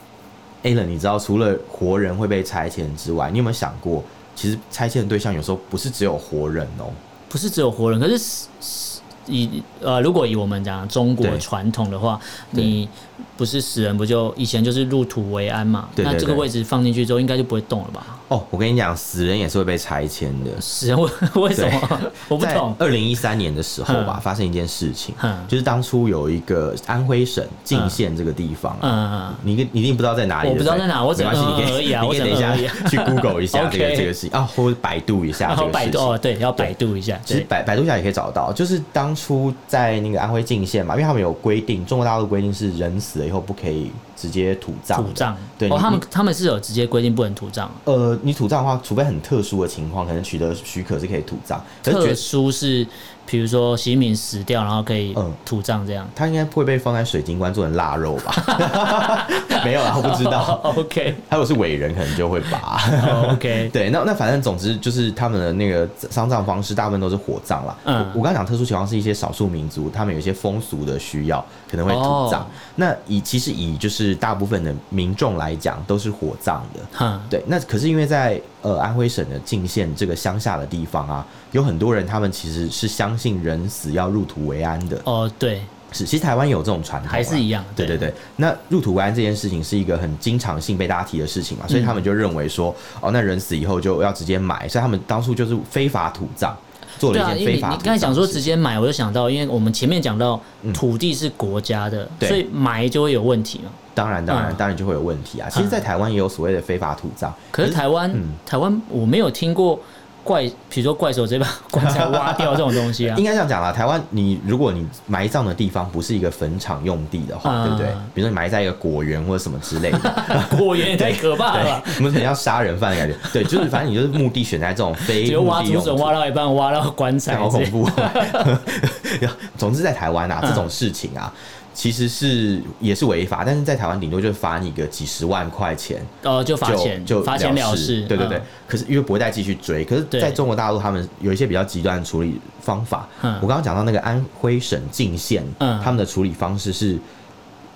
Speaker 1: Alan，你知道除了活人会被拆迁之外，你有没有想过，其实拆迁的对象有时候不是只有活人哦、
Speaker 2: 不是只有活人，可是是是以呃，如果以我们讲中国
Speaker 1: 对
Speaker 2: 传统的话，
Speaker 1: 对
Speaker 2: 你不是死人不就以前就是入土为安嘛？
Speaker 1: 对对
Speaker 2: 那这个
Speaker 1: 对
Speaker 2: 位置放进去之后，应该就不会动了吧？
Speaker 1: 哦，我跟你讲，死人也是会被拆迁的。
Speaker 2: 死 [laughs] 人为为什么？ [laughs] 我不
Speaker 1: 在
Speaker 2: 懂。
Speaker 1: 二零一三年的时候吧，发生一件事情
Speaker 2: 嗯，
Speaker 1: 就是当初有一个安徽省泾县这个地方啊，
Speaker 2: 嗯，
Speaker 1: 你一定你一定不知道在哪里，
Speaker 2: 我不知道
Speaker 1: 对对
Speaker 2: 在哪我只
Speaker 1: 没关系，
Speaker 2: 嗯
Speaker 1: 你可以
Speaker 2: 而已啊
Speaker 1: [laughs] 你
Speaker 2: 我
Speaker 1: 可以
Speaker 2: 只
Speaker 1: 等一
Speaker 2: 而已
Speaker 1: 下去 Google 一
Speaker 2: [laughs]
Speaker 1: 下这
Speaker 2: OK
Speaker 1: 个这个事情啊，或者百度一下
Speaker 2: 然
Speaker 1: 这
Speaker 2: 后
Speaker 1: 个
Speaker 2: 百
Speaker 1: 事
Speaker 2: 度
Speaker 1: 情
Speaker 2: 哦，。对，要百度一下，
Speaker 1: 其实
Speaker 2: 对
Speaker 1: 百百度上也可以找到，就是当初在那个安徽泾县嘛，因为他们有规定，中国大陆规定是人死了以后不可以直接土葬的。
Speaker 2: 土葬。
Speaker 1: 对
Speaker 2: 哦，
Speaker 1: 你
Speaker 2: 他们他们是有直接规定不能土葬，
Speaker 1: 呃，你土葬的话，除非很特殊的情况，可能取得许可是可以土葬，可是
Speaker 2: 特
Speaker 1: 觉得
Speaker 2: 殊是比如说习近平死掉，然后可以
Speaker 1: 嗯
Speaker 2: 土葬这样。
Speaker 1: 它应该会被放在水晶棺做成腊肉吧？ [laughs] 没有啦，我不知
Speaker 2: [laughs]
Speaker 1: 道。
Speaker 2: OK
Speaker 1: 他如果是伟人，可能就会拔。[laughs]
Speaker 2: OK，
Speaker 1: 对，那那反正总之就是他们的那个丧葬方式，大部分都是火葬啦。
Speaker 2: 嗯
Speaker 1: 我我刚刚讲特殊情况是一些少数民族，他们有一些风俗的需要，可能会土葬。
Speaker 2: 哦
Speaker 1: 那以其实以就是大部分的民众来讲，都是火葬的。
Speaker 2: 哈，
Speaker 1: 对，那可是因为在呃安徽省的泾县这个乡下的地方啊，有很多人他们其实是相信人死要入土为安的。
Speaker 2: 哦对，
Speaker 1: 是，其实台湾有这种传统啊，
Speaker 2: 还是一样
Speaker 1: 对
Speaker 2: 对
Speaker 1: 对对，那入土为安这件事情是一个很经常性被大家提的事情
Speaker 2: 嗯
Speaker 1: 嘛，所以他们就认为说，哦，那人死以后就要直接埋，所以他们当初就是非法土葬，做了
Speaker 2: 对
Speaker 1: 一
Speaker 2: 啊，
Speaker 1: 件
Speaker 2: 因
Speaker 1: 非
Speaker 2: 为你你
Speaker 1: 法土葬的事情。嗯
Speaker 2: 刚才讲说直接买，我就想到，因为我们前面讲到土地是国家的，
Speaker 1: 对
Speaker 2: 所以埋就会有问题嘛。
Speaker 1: 当然当然
Speaker 2: 嗯
Speaker 1: 当然就会有问题啊。其实，在台湾也有所谓的非法土葬，
Speaker 2: 可是台湾、
Speaker 1: 嗯
Speaker 2: 台湾我没有听过怪，比如说怪手直接 [laughs] 把棺材挖掉这种
Speaker 1: [laughs]
Speaker 2: 东西啊
Speaker 1: 应。该这样讲啦，台湾你如果你埋葬的地方不是一个坟场用地的话，
Speaker 2: 嗯
Speaker 1: 对不对？比如说你埋在一个果园或者什么之类
Speaker 2: [laughs]
Speaker 1: 的，
Speaker 2: 果园也太可怕了吧！
Speaker 1: 对，我们很像杀人犯的感觉。对，就是反正你就是墓地选在这种非
Speaker 2: 只有
Speaker 1: 墓
Speaker 2: 挖
Speaker 1: 地
Speaker 2: 竹
Speaker 1: 用
Speaker 2: 笋
Speaker 1: 途
Speaker 2: 挖到一半，挖到棺材
Speaker 1: 太哎好
Speaker 2: 之
Speaker 1: 恐怖、
Speaker 2: 类，[laughs]
Speaker 1: 哦。总之，在台湾啊，
Speaker 2: 嗯
Speaker 1: 这种事情啊，其实是也是违法，但是在台湾顶多就罚你个几十万块钱，
Speaker 2: 呃，就罚
Speaker 1: 就
Speaker 2: 钱，
Speaker 1: 就
Speaker 2: 罚钱了
Speaker 1: 事。
Speaker 2: 事。
Speaker 1: 对对
Speaker 2: 嗯
Speaker 1: 对，可是因为不会再继续追。可是，
Speaker 2: 对
Speaker 1: 在中国大陆，他们有一些比较极端的处理方法。
Speaker 2: 嗯
Speaker 1: 我刚刚讲到那个安徽省泾县，
Speaker 2: 嗯
Speaker 1: 他们的处理方式是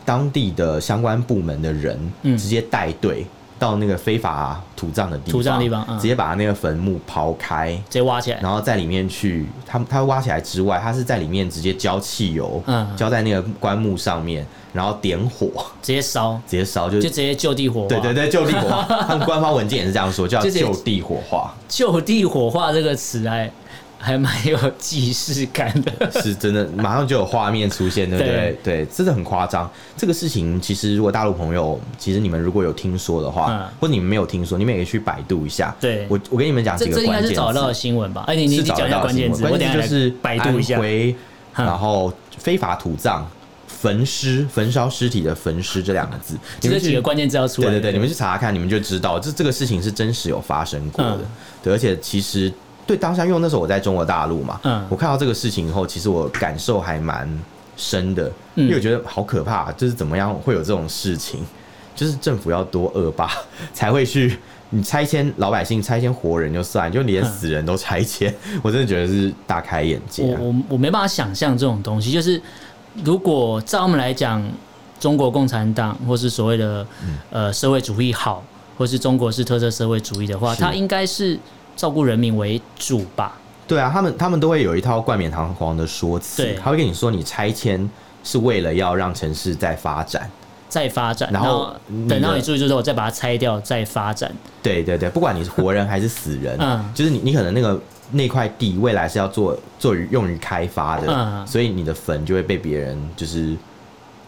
Speaker 1: 当地的相关部门的人
Speaker 2: 嗯
Speaker 1: 直接带队。到那个非法土葬的地方，
Speaker 2: 土葬地方嗯
Speaker 1: 直接把那个坟墓刨开，
Speaker 2: 直接挖起来。
Speaker 1: 然后在里面去，他他挖起来之外，他是在里面直接浇汽油，
Speaker 2: 嗯
Speaker 1: 浇在那个棺木上面，然后点火
Speaker 2: 直接烧，
Speaker 1: 直接烧，就
Speaker 2: 就是直接就地火化。
Speaker 1: 对对对，就地火化。
Speaker 2: [laughs]
Speaker 1: 他们官方文件也是这样说，叫
Speaker 2: 就直接
Speaker 1: 就地火化，
Speaker 2: 就地火化这个词还还蛮有既视感的。
Speaker 1: 是真的，马上就有画面出现，对不对
Speaker 2: 对？
Speaker 1: 对，真的很夸张。这个事情其实如果大陆朋友，其实你们如果有听说的话，
Speaker 2: 嗯
Speaker 1: 或者你们没有听说，你们也可以去百度一下。
Speaker 2: 对
Speaker 1: 我我跟你们讲
Speaker 2: 这
Speaker 1: 几个
Speaker 2: 这应
Speaker 1: 关
Speaker 2: 该
Speaker 1: 键
Speaker 2: 是
Speaker 1: 字。
Speaker 2: 找得到的新闻吧？哎，你你
Speaker 1: 是
Speaker 2: 你
Speaker 1: 找
Speaker 2: 讲
Speaker 1: 得
Speaker 2: 一下
Speaker 1: 到
Speaker 2: 关键
Speaker 1: 新
Speaker 2: 字，
Speaker 1: 闻
Speaker 2: 我等
Speaker 1: 关
Speaker 2: 一
Speaker 1: 键
Speaker 2: 下
Speaker 1: 字就是
Speaker 2: 来百度一下
Speaker 1: 安。徽
Speaker 2: 嗯
Speaker 1: 然后非法土葬、焚尸、焚烧尸体的焚尸这两个字，你
Speaker 2: 这
Speaker 1: 们
Speaker 2: 几个
Speaker 1: 去。
Speaker 2: 关键字要出来。
Speaker 1: 对对对，你们去查查看，你们就知道这这个事情是真实有发生过的。
Speaker 2: 嗯
Speaker 1: 对，而且其实对当下，因为那时候我在中国大陆嘛，
Speaker 2: 嗯
Speaker 1: 我看到这个事情以后，其实我感受还蛮深的，
Speaker 2: 嗯
Speaker 1: 因为我觉得好可怕，啊就是怎么样会有这种事情，就是政府要多恶霸 [laughs] 才会去。你拆迁老百姓拆迁活人就算，就
Speaker 2: 嗯
Speaker 1: 连死人都拆迁， [laughs] 我真的觉得是大开眼界、啊
Speaker 2: 我。我我没办法想象这种东西，就是如果照他们来讲，中国共产党或是所谓的、
Speaker 1: 嗯
Speaker 2: 呃社会主义好，或是中国式特色社会主义的话，
Speaker 1: 是
Speaker 2: 它应该是照顾人民为主吧？
Speaker 1: 对啊，他们他们都会有一套冠冕堂皇的说辞
Speaker 2: 对，
Speaker 1: 他会跟你说你拆迁是为了要让城市再发展。
Speaker 2: 再发展，
Speaker 1: 然
Speaker 2: 然
Speaker 1: 后你的
Speaker 2: 等到你注意之后，再把它拆掉，再发展。
Speaker 1: 对对对，不管你是活人还是死人，
Speaker 2: 嗯
Speaker 1: 就是你你可能那个那块地未来是要做做于用于开发的，
Speaker 2: 嗯
Speaker 1: 所以你的坟就会被别人就是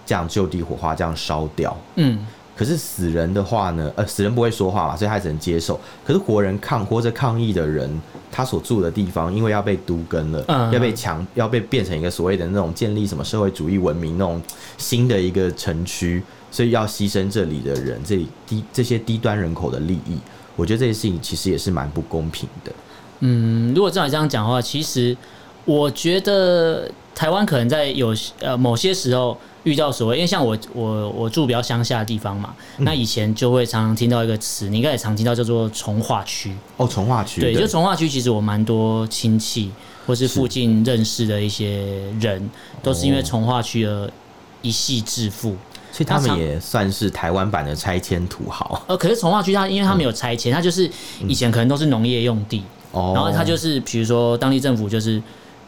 Speaker 1: 这样就地火化这样烧掉。
Speaker 2: 嗯，
Speaker 1: 可是死人的话呢，呃，死人不会说话嘛，所以他只能接受。可是活人抗活着抗议的人，他所住的地方，因为要被都跟了，
Speaker 2: 嗯
Speaker 1: 要被强，要被变成一个所谓的那种建立什么社会主义文明那种新的一个城区，所以要牺牲这里的人，这里低这些低端人口的利益。我觉得这些事情其实也是蛮不公平的。
Speaker 2: 嗯，如果照你这样讲的话，其实我觉得台湾可能在有呃某些时候遇到所谓，因为像我我我住比较乡下的地方嘛，那以前就会常常听到一个词，你应该也常听到叫做从化区。
Speaker 1: 哦，从化区
Speaker 2: 对，
Speaker 1: 的
Speaker 2: 就从化区，其实我蛮多亲戚或是附近认识的一些人，都是因为从化区而一夕致富。
Speaker 1: 所以他
Speaker 2: 他
Speaker 1: 们
Speaker 2: 常
Speaker 1: 也算是台湾版的拆迁土豪
Speaker 2: 呃，可是从化区它因为它没有拆迁，它就是以前可能都是农业用地，
Speaker 1: 哦
Speaker 2: 然后它就是比如说当地政府就是。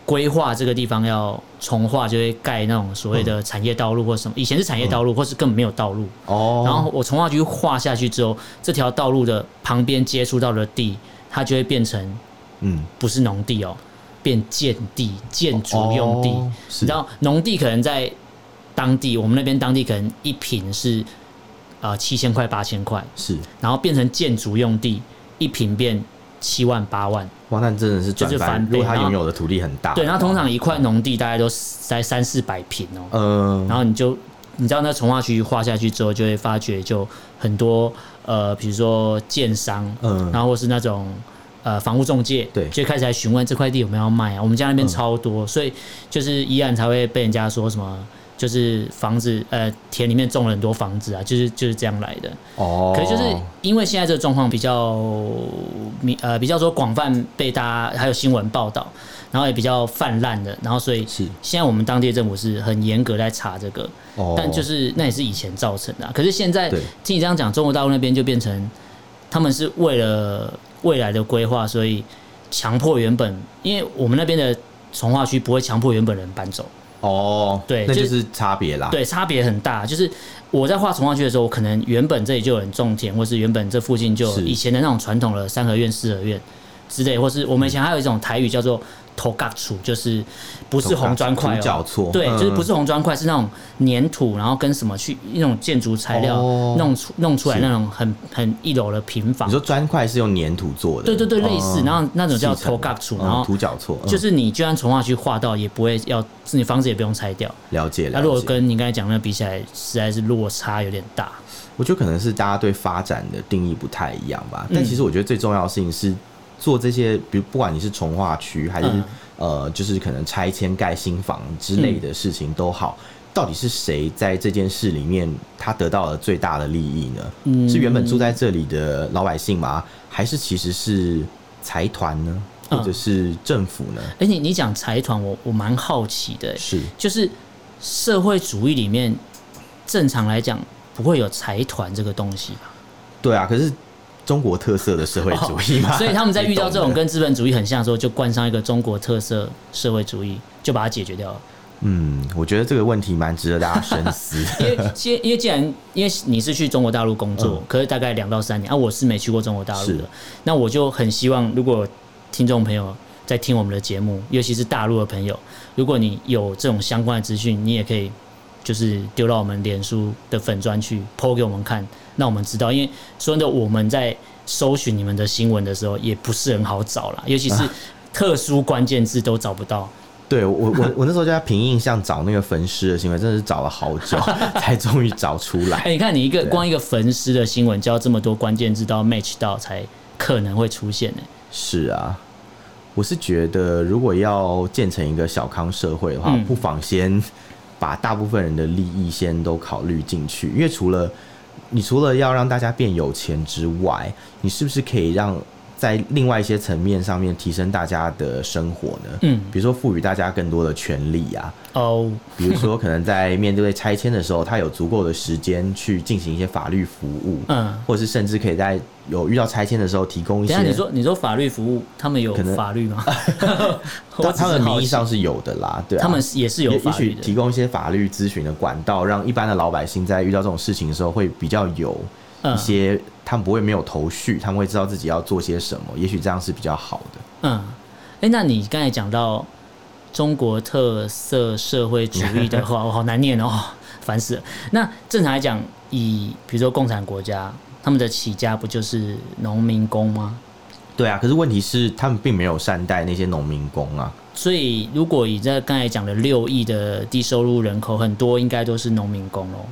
Speaker 2: 规划这个地方要重划，就会盖那种所谓
Speaker 1: 嗯
Speaker 2: 的产业道路或什么。以前是产业道路，或是根本没有道路。
Speaker 1: 哦，
Speaker 2: 然后我从化区划下去之后，这条道路的旁边接触到的地，它就会变成
Speaker 1: 嗯，
Speaker 2: 不是农地哦，变建地、建筑用地。
Speaker 1: 哦是
Speaker 2: 然后农地可能在当地，我们那边当地可能一平是呃七千块、八千块，
Speaker 1: 是，
Speaker 2: 然后变成建筑用地，一平变七万、八万。
Speaker 1: 哇，那真的是转
Speaker 2: 就是
Speaker 1: 翻
Speaker 2: 翻。
Speaker 1: 如果
Speaker 2: 倍
Speaker 1: 他
Speaker 2: 然后
Speaker 1: 拥有的土地很大，
Speaker 2: 对，然后通常一块农地大概都在三四百平哦，
Speaker 1: 呃，
Speaker 2: 然后你就你知道那从化区划下去之后，就会发觉就很多呃，比如说建商，
Speaker 1: 嗯
Speaker 2: 然后或是那种呃房屋中介，
Speaker 1: 对嗯
Speaker 2: 就开始来询问这块地有没有要卖啊。我们家那边超多，所以就是依然才会被人家说什么。就是房子，呃，田里面种了很多房子啊，就是就是这样来的。
Speaker 1: 哦，
Speaker 2: 可是就是因为现在这个状况比较明，呃，比较说广泛被大家还有新闻报道，然后也比较泛滥的，然后所以
Speaker 1: 是
Speaker 2: 现在我们当地的政府是很严格在查这个，
Speaker 1: 哦，
Speaker 2: 但就是那也是以前造成的啊、可是现在
Speaker 1: 对
Speaker 2: 听你这样讲，中国大陆那边就变成他们是为了未来的规划，所以强迫原本，因为我们那边的从化区不会强迫原本人搬走，
Speaker 1: 哦，
Speaker 2: 对
Speaker 1: 那
Speaker 2: 就
Speaker 1: 就是差别啦。
Speaker 2: 对，差别很大。就是我在画从化区的时候，我可能原本这里就有人种田，或是原本这附近就有
Speaker 1: 是
Speaker 2: 以前的那种传统的三合院、四合院之类，或是我们以前还有一种台语叫做“头嘎处”，就是不是红砖块、
Speaker 1: 土嗯脚
Speaker 2: 哦，
Speaker 1: 错，
Speaker 2: 对，就是不
Speaker 1: 是
Speaker 2: 是红砖块，是那种粘土，然后跟什么去那种建筑材料
Speaker 1: 哦
Speaker 2: 弄出弄出来
Speaker 1: 是
Speaker 2: 那种很很一楼的平房
Speaker 1: 你。说砖块是用粘土做的，
Speaker 2: 对对对，类
Speaker 1: 哦
Speaker 2: 似，然后那种叫
Speaker 1: 砌成
Speaker 2: 头嘎处，
Speaker 1: 嗯
Speaker 2: 然后
Speaker 1: 土脚错，嗯
Speaker 2: 就是你就算从化区划到，也不会要你房子也不用拆掉。
Speaker 1: 嗯了解了解。
Speaker 2: 那啊如果跟你刚才讲的那比起来，实在是落差有点大。
Speaker 1: 我觉得可能是大家对发展的定义不太一样吧。
Speaker 2: 嗯
Speaker 1: 但其实我觉得最重要的事情是做这些，比如不管你是从化区还是、
Speaker 2: 嗯
Speaker 1: 呃，就是可能拆迁盖新房之类的事情都好。
Speaker 2: 嗯
Speaker 1: 到底是谁在这件事里面他得到了最大的利益呢？
Speaker 2: 嗯
Speaker 1: 是原本住在这里的老百姓吗？还是其实是财团呢，
Speaker 2: 嗯
Speaker 1: 或者是政府呢？
Speaker 2: 哎、你你讲财团，我我蛮好奇的、哎
Speaker 1: 是
Speaker 2: 就是社会主义里面，正常来讲不会有财团这个东西吧？
Speaker 1: 对啊，可是中国特色的社会主义嘛，
Speaker 2: 哦所以他们在遇到这种
Speaker 1: 你懂的
Speaker 2: 跟资本主义很像的时候，就冠上一个中国特色社会主义，就把它解决掉了。
Speaker 1: 嗯，我觉得这个问题蛮值得大家深思。
Speaker 2: [laughs] 因为既因为既然因为你是去中国大陆工作，
Speaker 1: 嗯
Speaker 2: 可是大概两到三年啊，我是没去过中国大陆
Speaker 1: 是
Speaker 2: 的，那我就很希望，如果听众朋友在听我们的节目，尤其是大陆的朋友，如果你有这种相关的资讯，你也可以就是丢到我们脸书的粉专去 PO 给我们看，让我们知道，因为说真的，我们在搜寻你们的新闻的时候，也不是很好找啦，尤其
Speaker 1: 啊
Speaker 2: 是特殊关键字都找不到。
Speaker 1: 对我我我那时候就在凭印象找那个焚尸的行为，真的是找了好久
Speaker 2: [laughs]
Speaker 1: 才终于找出来。
Speaker 2: 哎、你看你一个
Speaker 1: 对啊
Speaker 2: 光一个焚尸的新闻，就要这么多关键字都要 match 到才可能会出现呢、
Speaker 1: 是啊，我是觉得如果要建成一个小康社会的话，
Speaker 2: 嗯
Speaker 1: 不妨先把大部分人的利益先都考虑进去，因为除了你除了要让大家变有钱之外，你是不是可以让在另外一些层面上面提升大家的生活呢？
Speaker 2: 嗯
Speaker 1: 比如说赋予大家更多的权利啊，
Speaker 2: 哦，
Speaker 1: 比如说，可能在面对拆迁的时候，他有足够的时间去进行一些法律服务，
Speaker 2: 嗯，
Speaker 1: 或者是甚至可以在有遇到拆迁的时候提供一
Speaker 2: 等一
Speaker 1: 些。
Speaker 2: 下你说你说法律服务，他们有
Speaker 1: 可能
Speaker 2: 法
Speaker 1: [laughs]
Speaker 2: 律吗？ [laughs]
Speaker 1: 他
Speaker 2: 我
Speaker 1: 他们
Speaker 2: 只是好奇
Speaker 1: 名义上是有的啦，对啊、
Speaker 2: 他们也是有
Speaker 1: 也也
Speaker 2: 法律
Speaker 1: 许
Speaker 2: 的
Speaker 1: 提，供一些法律咨询的管道，让一般的老百姓在遇到这种事情的时候会比较有一
Speaker 2: 嗯
Speaker 1: 些，他们不会没有头绪，他们会知道自己要做些什么，也许这样是比较好的。
Speaker 2: 嗯，哎、那你刚才讲到中国特色社会主义的话， [laughs] 我好难念哦，烦死了。那正常来讲，以比如说共产国家，他们的起家不就是农民工吗？
Speaker 1: 对啊，可是问题是他们并没有善待那些农民工啊。
Speaker 2: 所以，如果以这刚才讲的六亿的低收入人口，很多应该都是农民工哦喽。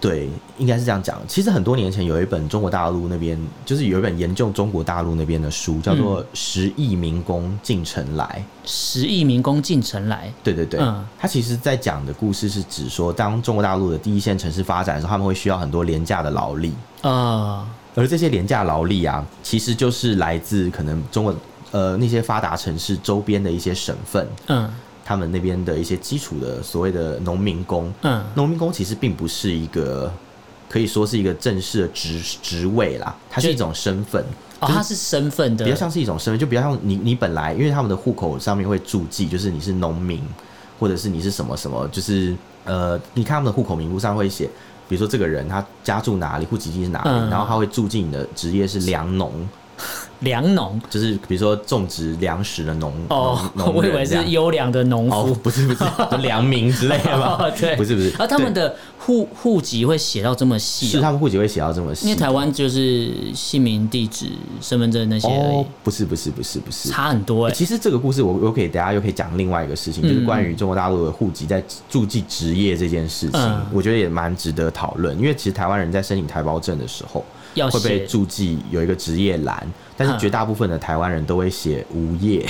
Speaker 1: 对，应该是这样讲。其实很多年前有一本中国大陆那边，就是有一本研究中国大陆那边的书，叫做《十亿民工进城来》。
Speaker 2: 十亿民工进城来，
Speaker 1: 对对对，
Speaker 2: 嗯
Speaker 1: 他其实在讲的故事是指说，当中国大陆的第一线城市发展的时候，他们会需要很多廉价的劳力，
Speaker 2: 呃，
Speaker 1: 而这些廉价劳力啊，其实就是来自可能中国呃那些发达城市周边的一些省份，
Speaker 2: 嗯
Speaker 1: 他们那边的一些基础的所谓的农民工。
Speaker 2: 嗯，
Speaker 1: 农民工其实并不是一个可以说是一个正式的职职位啦，它是
Speaker 2: 就
Speaker 1: 一种身份，
Speaker 2: 哦，它是身份的
Speaker 1: 比较，像是一种身份，就比较像你你本来因为他们的户口上面会注记，就是你是农民，或者是你是什么什么，就是呃，你看他们的户口名簿上会写，比如说这个人他家住哪里，户籍地是哪里，
Speaker 2: 嗯
Speaker 1: 然后他会注记你的职业是粮农，
Speaker 2: 良农。
Speaker 1: 就是比如说种植粮食的农
Speaker 2: 哦，
Speaker 1: 农农
Speaker 2: [laughs] 我以
Speaker 1: 人
Speaker 2: 为
Speaker 1: 这样
Speaker 2: 是优良的农
Speaker 1: 哦 [laughs]
Speaker 2: 夫。，
Speaker 1: 不是不是，就良民之类的吧
Speaker 2: 哦？对
Speaker 1: 不是不是，
Speaker 2: 而他们
Speaker 1: 对
Speaker 2: 的户户籍会写到这么细
Speaker 1: 是
Speaker 2: 哦、
Speaker 1: 他们户籍会写到这么
Speaker 2: 因
Speaker 1: 细
Speaker 2: 为。台湾就是姓名、地址、身份证那些而已，
Speaker 1: 哦，不是不是不是不是，呃
Speaker 2: 差很多哎、
Speaker 1: 其实这个故事我我可以大家又可以讲另外一个事情，就是
Speaker 2: 嗯
Speaker 1: 关于中国大陆的户籍在注记职业这件事情，
Speaker 2: 嗯
Speaker 1: 我觉得也蛮值得讨论。因为其实台湾人在申请台胞证的时候，
Speaker 2: 要
Speaker 1: 会被
Speaker 2: 哦写
Speaker 1: 注记有一个职业栏，但是
Speaker 2: 嗯
Speaker 1: 绝大部分的台湾人都会写无业，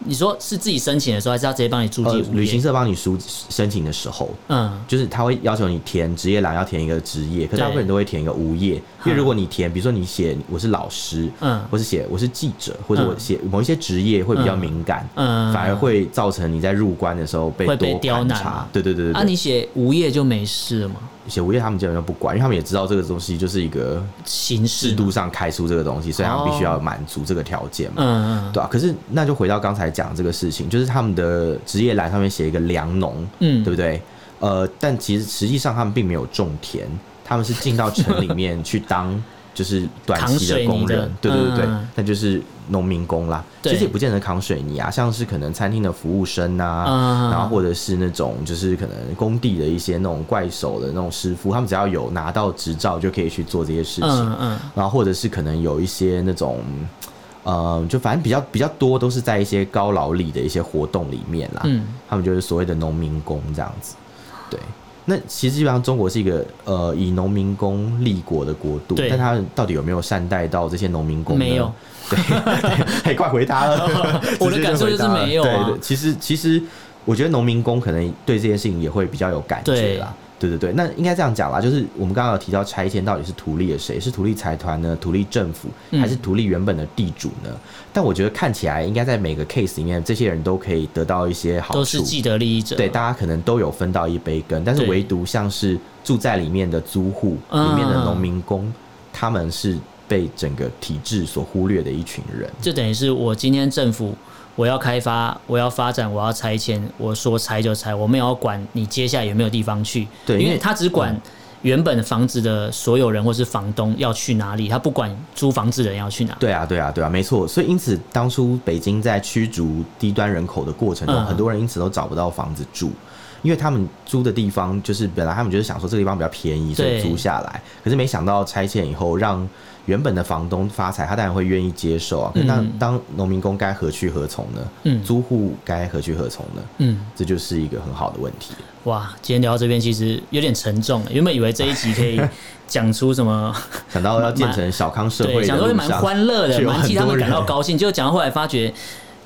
Speaker 2: 你说是自己申请的时候，还是要直接帮你注
Speaker 1: 呃
Speaker 2: 记哦物业？
Speaker 1: 旅行社帮你输申请的时候。
Speaker 2: 嗯，
Speaker 1: 就是他会要求你填职业栏，要填一个职业，可是大部分人都会填一个无业，因为如果你填，比如说你写我是老师，
Speaker 2: 嗯
Speaker 1: 或是写我是记者，或者
Speaker 2: 嗯
Speaker 1: 我写某一些职业会比较
Speaker 2: 嗯
Speaker 1: 敏感，
Speaker 2: 嗯
Speaker 1: 反而会造成你在入关的时候被
Speaker 2: 会被
Speaker 1: 多
Speaker 2: 刁
Speaker 1: 盘
Speaker 2: 难
Speaker 1: 查
Speaker 2: 嘛。
Speaker 1: 对对对对
Speaker 2: 啊，
Speaker 1: 对，
Speaker 2: 你写无业就没事了嘛？
Speaker 1: 写无业他们基本上不管，因为他们也知道这个东西就是一个
Speaker 2: 形式
Speaker 1: 制
Speaker 2: 嘛，
Speaker 1: 度上开出这个东西，所以他们必须要满足这个条件嘛。
Speaker 2: 嗯嗯
Speaker 1: 对啊，可是那就回到刚才讲这个事情，就是他们的职业栏上面写一个粮农，
Speaker 2: 嗯，
Speaker 1: 对不
Speaker 2: 对？
Speaker 1: 对？呃，但其实实际上他们并没有种田，他们是进到城里面去当
Speaker 2: [laughs]
Speaker 1: 就是短
Speaker 2: 扛
Speaker 1: 期
Speaker 2: 水
Speaker 1: 的
Speaker 2: 泥
Speaker 1: 工
Speaker 2: 的
Speaker 1: 人，对对对对，
Speaker 2: 嗯
Speaker 1: 那就是农民工啦。其
Speaker 2: 对
Speaker 1: 实也不见得扛水泥啊，像是可能餐厅的服务生啊，
Speaker 2: 嗯
Speaker 1: 然后或者是那种就是可能工地的一些那种怪手的那种师傅，他们只要有拿到执照就可以去做这些事情。
Speaker 2: 嗯嗯，
Speaker 1: 然后或者是可能有一些那种，呃，就反正比较比较多都是在一些高劳力的一些活动里面啦，
Speaker 2: 嗯
Speaker 1: 他们就是所谓的农民工这样子，对。那其实基本上中国是一个呃以农民工立国的国度，
Speaker 2: 对
Speaker 1: 但他到底有没有善待到这些农民工呢？
Speaker 2: 没有，，
Speaker 1: 对， [laughs] 嘿，快回答了
Speaker 2: [laughs] 我的感受
Speaker 1: 直接回答
Speaker 2: 就是没有啊
Speaker 1: 了对对，其实其实我觉得农民工可能对这件事情也会比较有感觉啦。对对对，那应该这样讲啦，就是我们刚刚有提到拆迁到底是图利了谁？是图利财团呢？图利政府，
Speaker 2: 嗯
Speaker 1: 还是图利原本的地主呢？但我觉得看起来应该在每个 case 里面，这些人都可以得到一些好处，
Speaker 2: 都是既得利益者。
Speaker 1: 对，大家可能都有分到一杯羹，但是
Speaker 2: 对
Speaker 1: 唯独像是住在里面的租户、
Speaker 2: 嗯
Speaker 1: 里面的农民工，他们是被整个体制所忽略的一群人。
Speaker 2: 就等于是我今天政府我要开发，我要发展，我要拆迁，我说拆就拆，我没有要管你接下来有没有地方去，
Speaker 1: 对
Speaker 2: 因
Speaker 1: 因
Speaker 2: 为
Speaker 1: 为嗯
Speaker 2: 他只管原本房子的所有人或是房东要去哪里，他不管租房子的人要去哪。
Speaker 1: 对啊，对啊，对啊，没错。所以因此，当初北京在驱逐低端人口的过程中，
Speaker 2: 嗯
Speaker 1: 很多人因此都找不到房子住。因为他们租的地方，就是本来他们就是想说这个地方比较便宜，所以
Speaker 2: 对
Speaker 1: 租下来。可是没想到拆迁以后，让原本的房东发财，他当然会愿意接受啊。可是那
Speaker 2: 嗯
Speaker 1: 当农民工该何去何从呢？
Speaker 2: 嗯
Speaker 1: 租户该何去何从呢？
Speaker 2: 嗯，
Speaker 1: 这就是一个很好的问题。
Speaker 2: 哇，今天聊到这边其实有点沉重，原本以为这一集可
Speaker 1: [laughs]
Speaker 2: 以讲出什么，
Speaker 1: 想到要建成小康社会
Speaker 2: 对，
Speaker 1: 的
Speaker 2: 讲说
Speaker 1: 路
Speaker 2: 蛮
Speaker 1: 上，
Speaker 2: 欢乐的，
Speaker 1: 就有
Speaker 2: 蛮替他
Speaker 1: 很多
Speaker 2: 们感到
Speaker 1: 人
Speaker 2: 高兴，结果讲到后来发觉。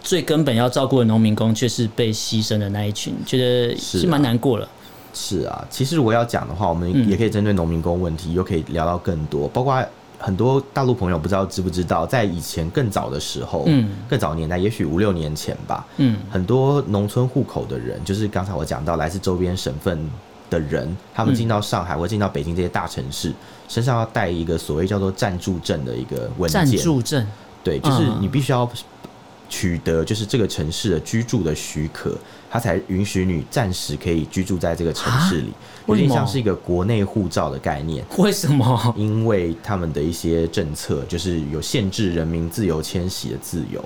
Speaker 2: 最根本要照顾的农民工，却是被牺牲的那一群，觉得
Speaker 1: 是啊
Speaker 2: 是蛮难过了。
Speaker 1: 是啊，其实如果要讲的话，我
Speaker 2: 嗯
Speaker 1: 们也可以针对农民工问题，又可以聊到更多，包括很多大陆朋友不知道知不知道，在以前更早的时候，
Speaker 2: 嗯
Speaker 1: 更早年代，也许五六年前吧，
Speaker 2: 嗯，
Speaker 1: 很多农村户口的人，就是刚才我讲到来自周边省份的人，他们进到上海或进到北京这些大城市，身上要带一个所谓叫做暂住证的一个文
Speaker 2: 暂
Speaker 1: 件，
Speaker 2: 住证，
Speaker 1: 对，就是
Speaker 2: 嗯
Speaker 1: 你必须要取得就是这个城市的居住的许可，它才允许你暂时可以居住在这个城市里，有
Speaker 2: 啊为什
Speaker 1: 点
Speaker 2: 么
Speaker 1: 像是一个国内护照的概念。
Speaker 2: [laughs] 为什么？
Speaker 1: [laughs] 因为他们的一些政策就是有限制人民自由迁徙的自由，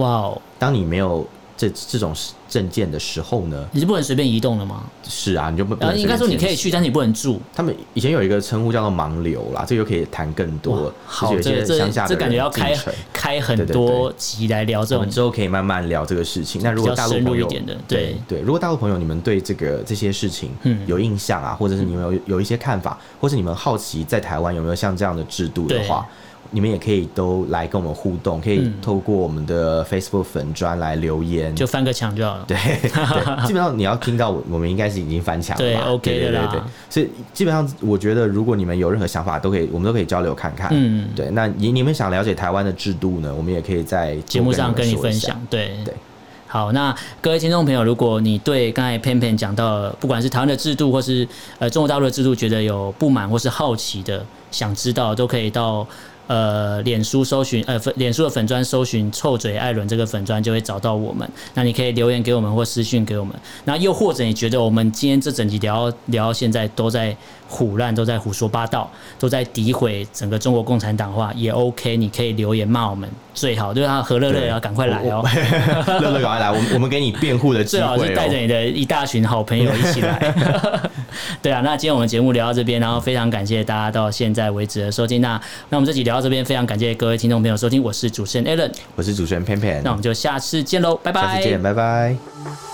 Speaker 2: 哇哦，
Speaker 1: 当你没有这这种证件的时候呢，
Speaker 2: 你是不能随便移动的吗？
Speaker 1: 是啊，你就不不
Speaker 2: 然
Speaker 1: 能
Speaker 2: 后呃应该说
Speaker 1: 随
Speaker 2: 你
Speaker 1: 便
Speaker 2: 可
Speaker 1: 迁
Speaker 2: 以
Speaker 1: 徙
Speaker 2: 去，但是你不能住。
Speaker 1: 他们以前有一个称呼叫做盲流啦，这个又可以谈更多
Speaker 2: 哇，好，
Speaker 1: 就是有一
Speaker 2: 这
Speaker 1: 些
Speaker 2: 这
Speaker 1: 乡下的
Speaker 2: 这感觉
Speaker 1: 人
Speaker 2: 要
Speaker 1: 进
Speaker 2: 开
Speaker 1: 城
Speaker 2: 开很
Speaker 1: 对对
Speaker 2: 多集来聊这
Speaker 1: 我
Speaker 2: 种
Speaker 1: 们之后可以慢慢聊这个事情。那如果大陆
Speaker 2: 比较
Speaker 1: 朋
Speaker 2: 深入
Speaker 1: 友
Speaker 2: 一点的对
Speaker 1: 对，如果大陆朋友你们对这个这些事情
Speaker 2: 嗯
Speaker 1: 有印象啊，或者是你们有有一些看法，或是你们好奇在台湾有没有像这样的制度的话。你们也可以都来跟我们互动，可以
Speaker 2: 嗯
Speaker 1: 透过我们的 Facebook 粉专来留言。
Speaker 2: 就翻个墙就好了。
Speaker 1: 对
Speaker 2: [laughs]
Speaker 1: 对，基本上你要听到我，我们应该是已经翻墙了吧
Speaker 2: 对，OK
Speaker 1: 对
Speaker 2: 的
Speaker 1: 对
Speaker 2: 啦
Speaker 1: 对对。所以基本上，我觉得如果你们有任何想法，都可以，我们都可以交流看看。
Speaker 2: 嗯
Speaker 1: 啊对。那你你们想了解台湾的制度呢，我们也可以在
Speaker 2: 节目上跟你分
Speaker 1: 享。
Speaker 2: 享，对
Speaker 1: 对。
Speaker 2: 好，那各位听众朋友，如果你对刚才 Pan Pan 讲到的，不管是台湾的制度，或是呃中国大陆的制度，觉得有不满或是好奇的，想知道，都可以到呃脸书搜寻，呃粉脸书的粉砖搜寻“臭嘴艾伦”这个粉砖，就会找到我们。那你可以留言给我们，或私讯给我们。那又或者你觉得我们今天这整集聊聊到现在都在胡乱，都在胡说八道，都在诋毁整个中国共产党的话，也 OK，你可以留言骂我们，最好对啊，何乐乐也要赶快来哦、
Speaker 1: [laughs] 乐乐赶快来，我们我们给你辩护的机
Speaker 2: 最好
Speaker 1: 会
Speaker 2: 是带着
Speaker 1: 哦。
Speaker 2: 你的一大群好朋友一起来。 [laughs] 对啊，那今天我们节目聊到这边，然后非常感谢大家到现在为止的收听。那那我们这集聊到这边，非常感谢各位听众朋友收听，我是主持人 Alan，
Speaker 1: 我是主持人偏偏
Speaker 2: 那，我们就下次见喽，拜拜。
Speaker 1: 下次见，拜拜。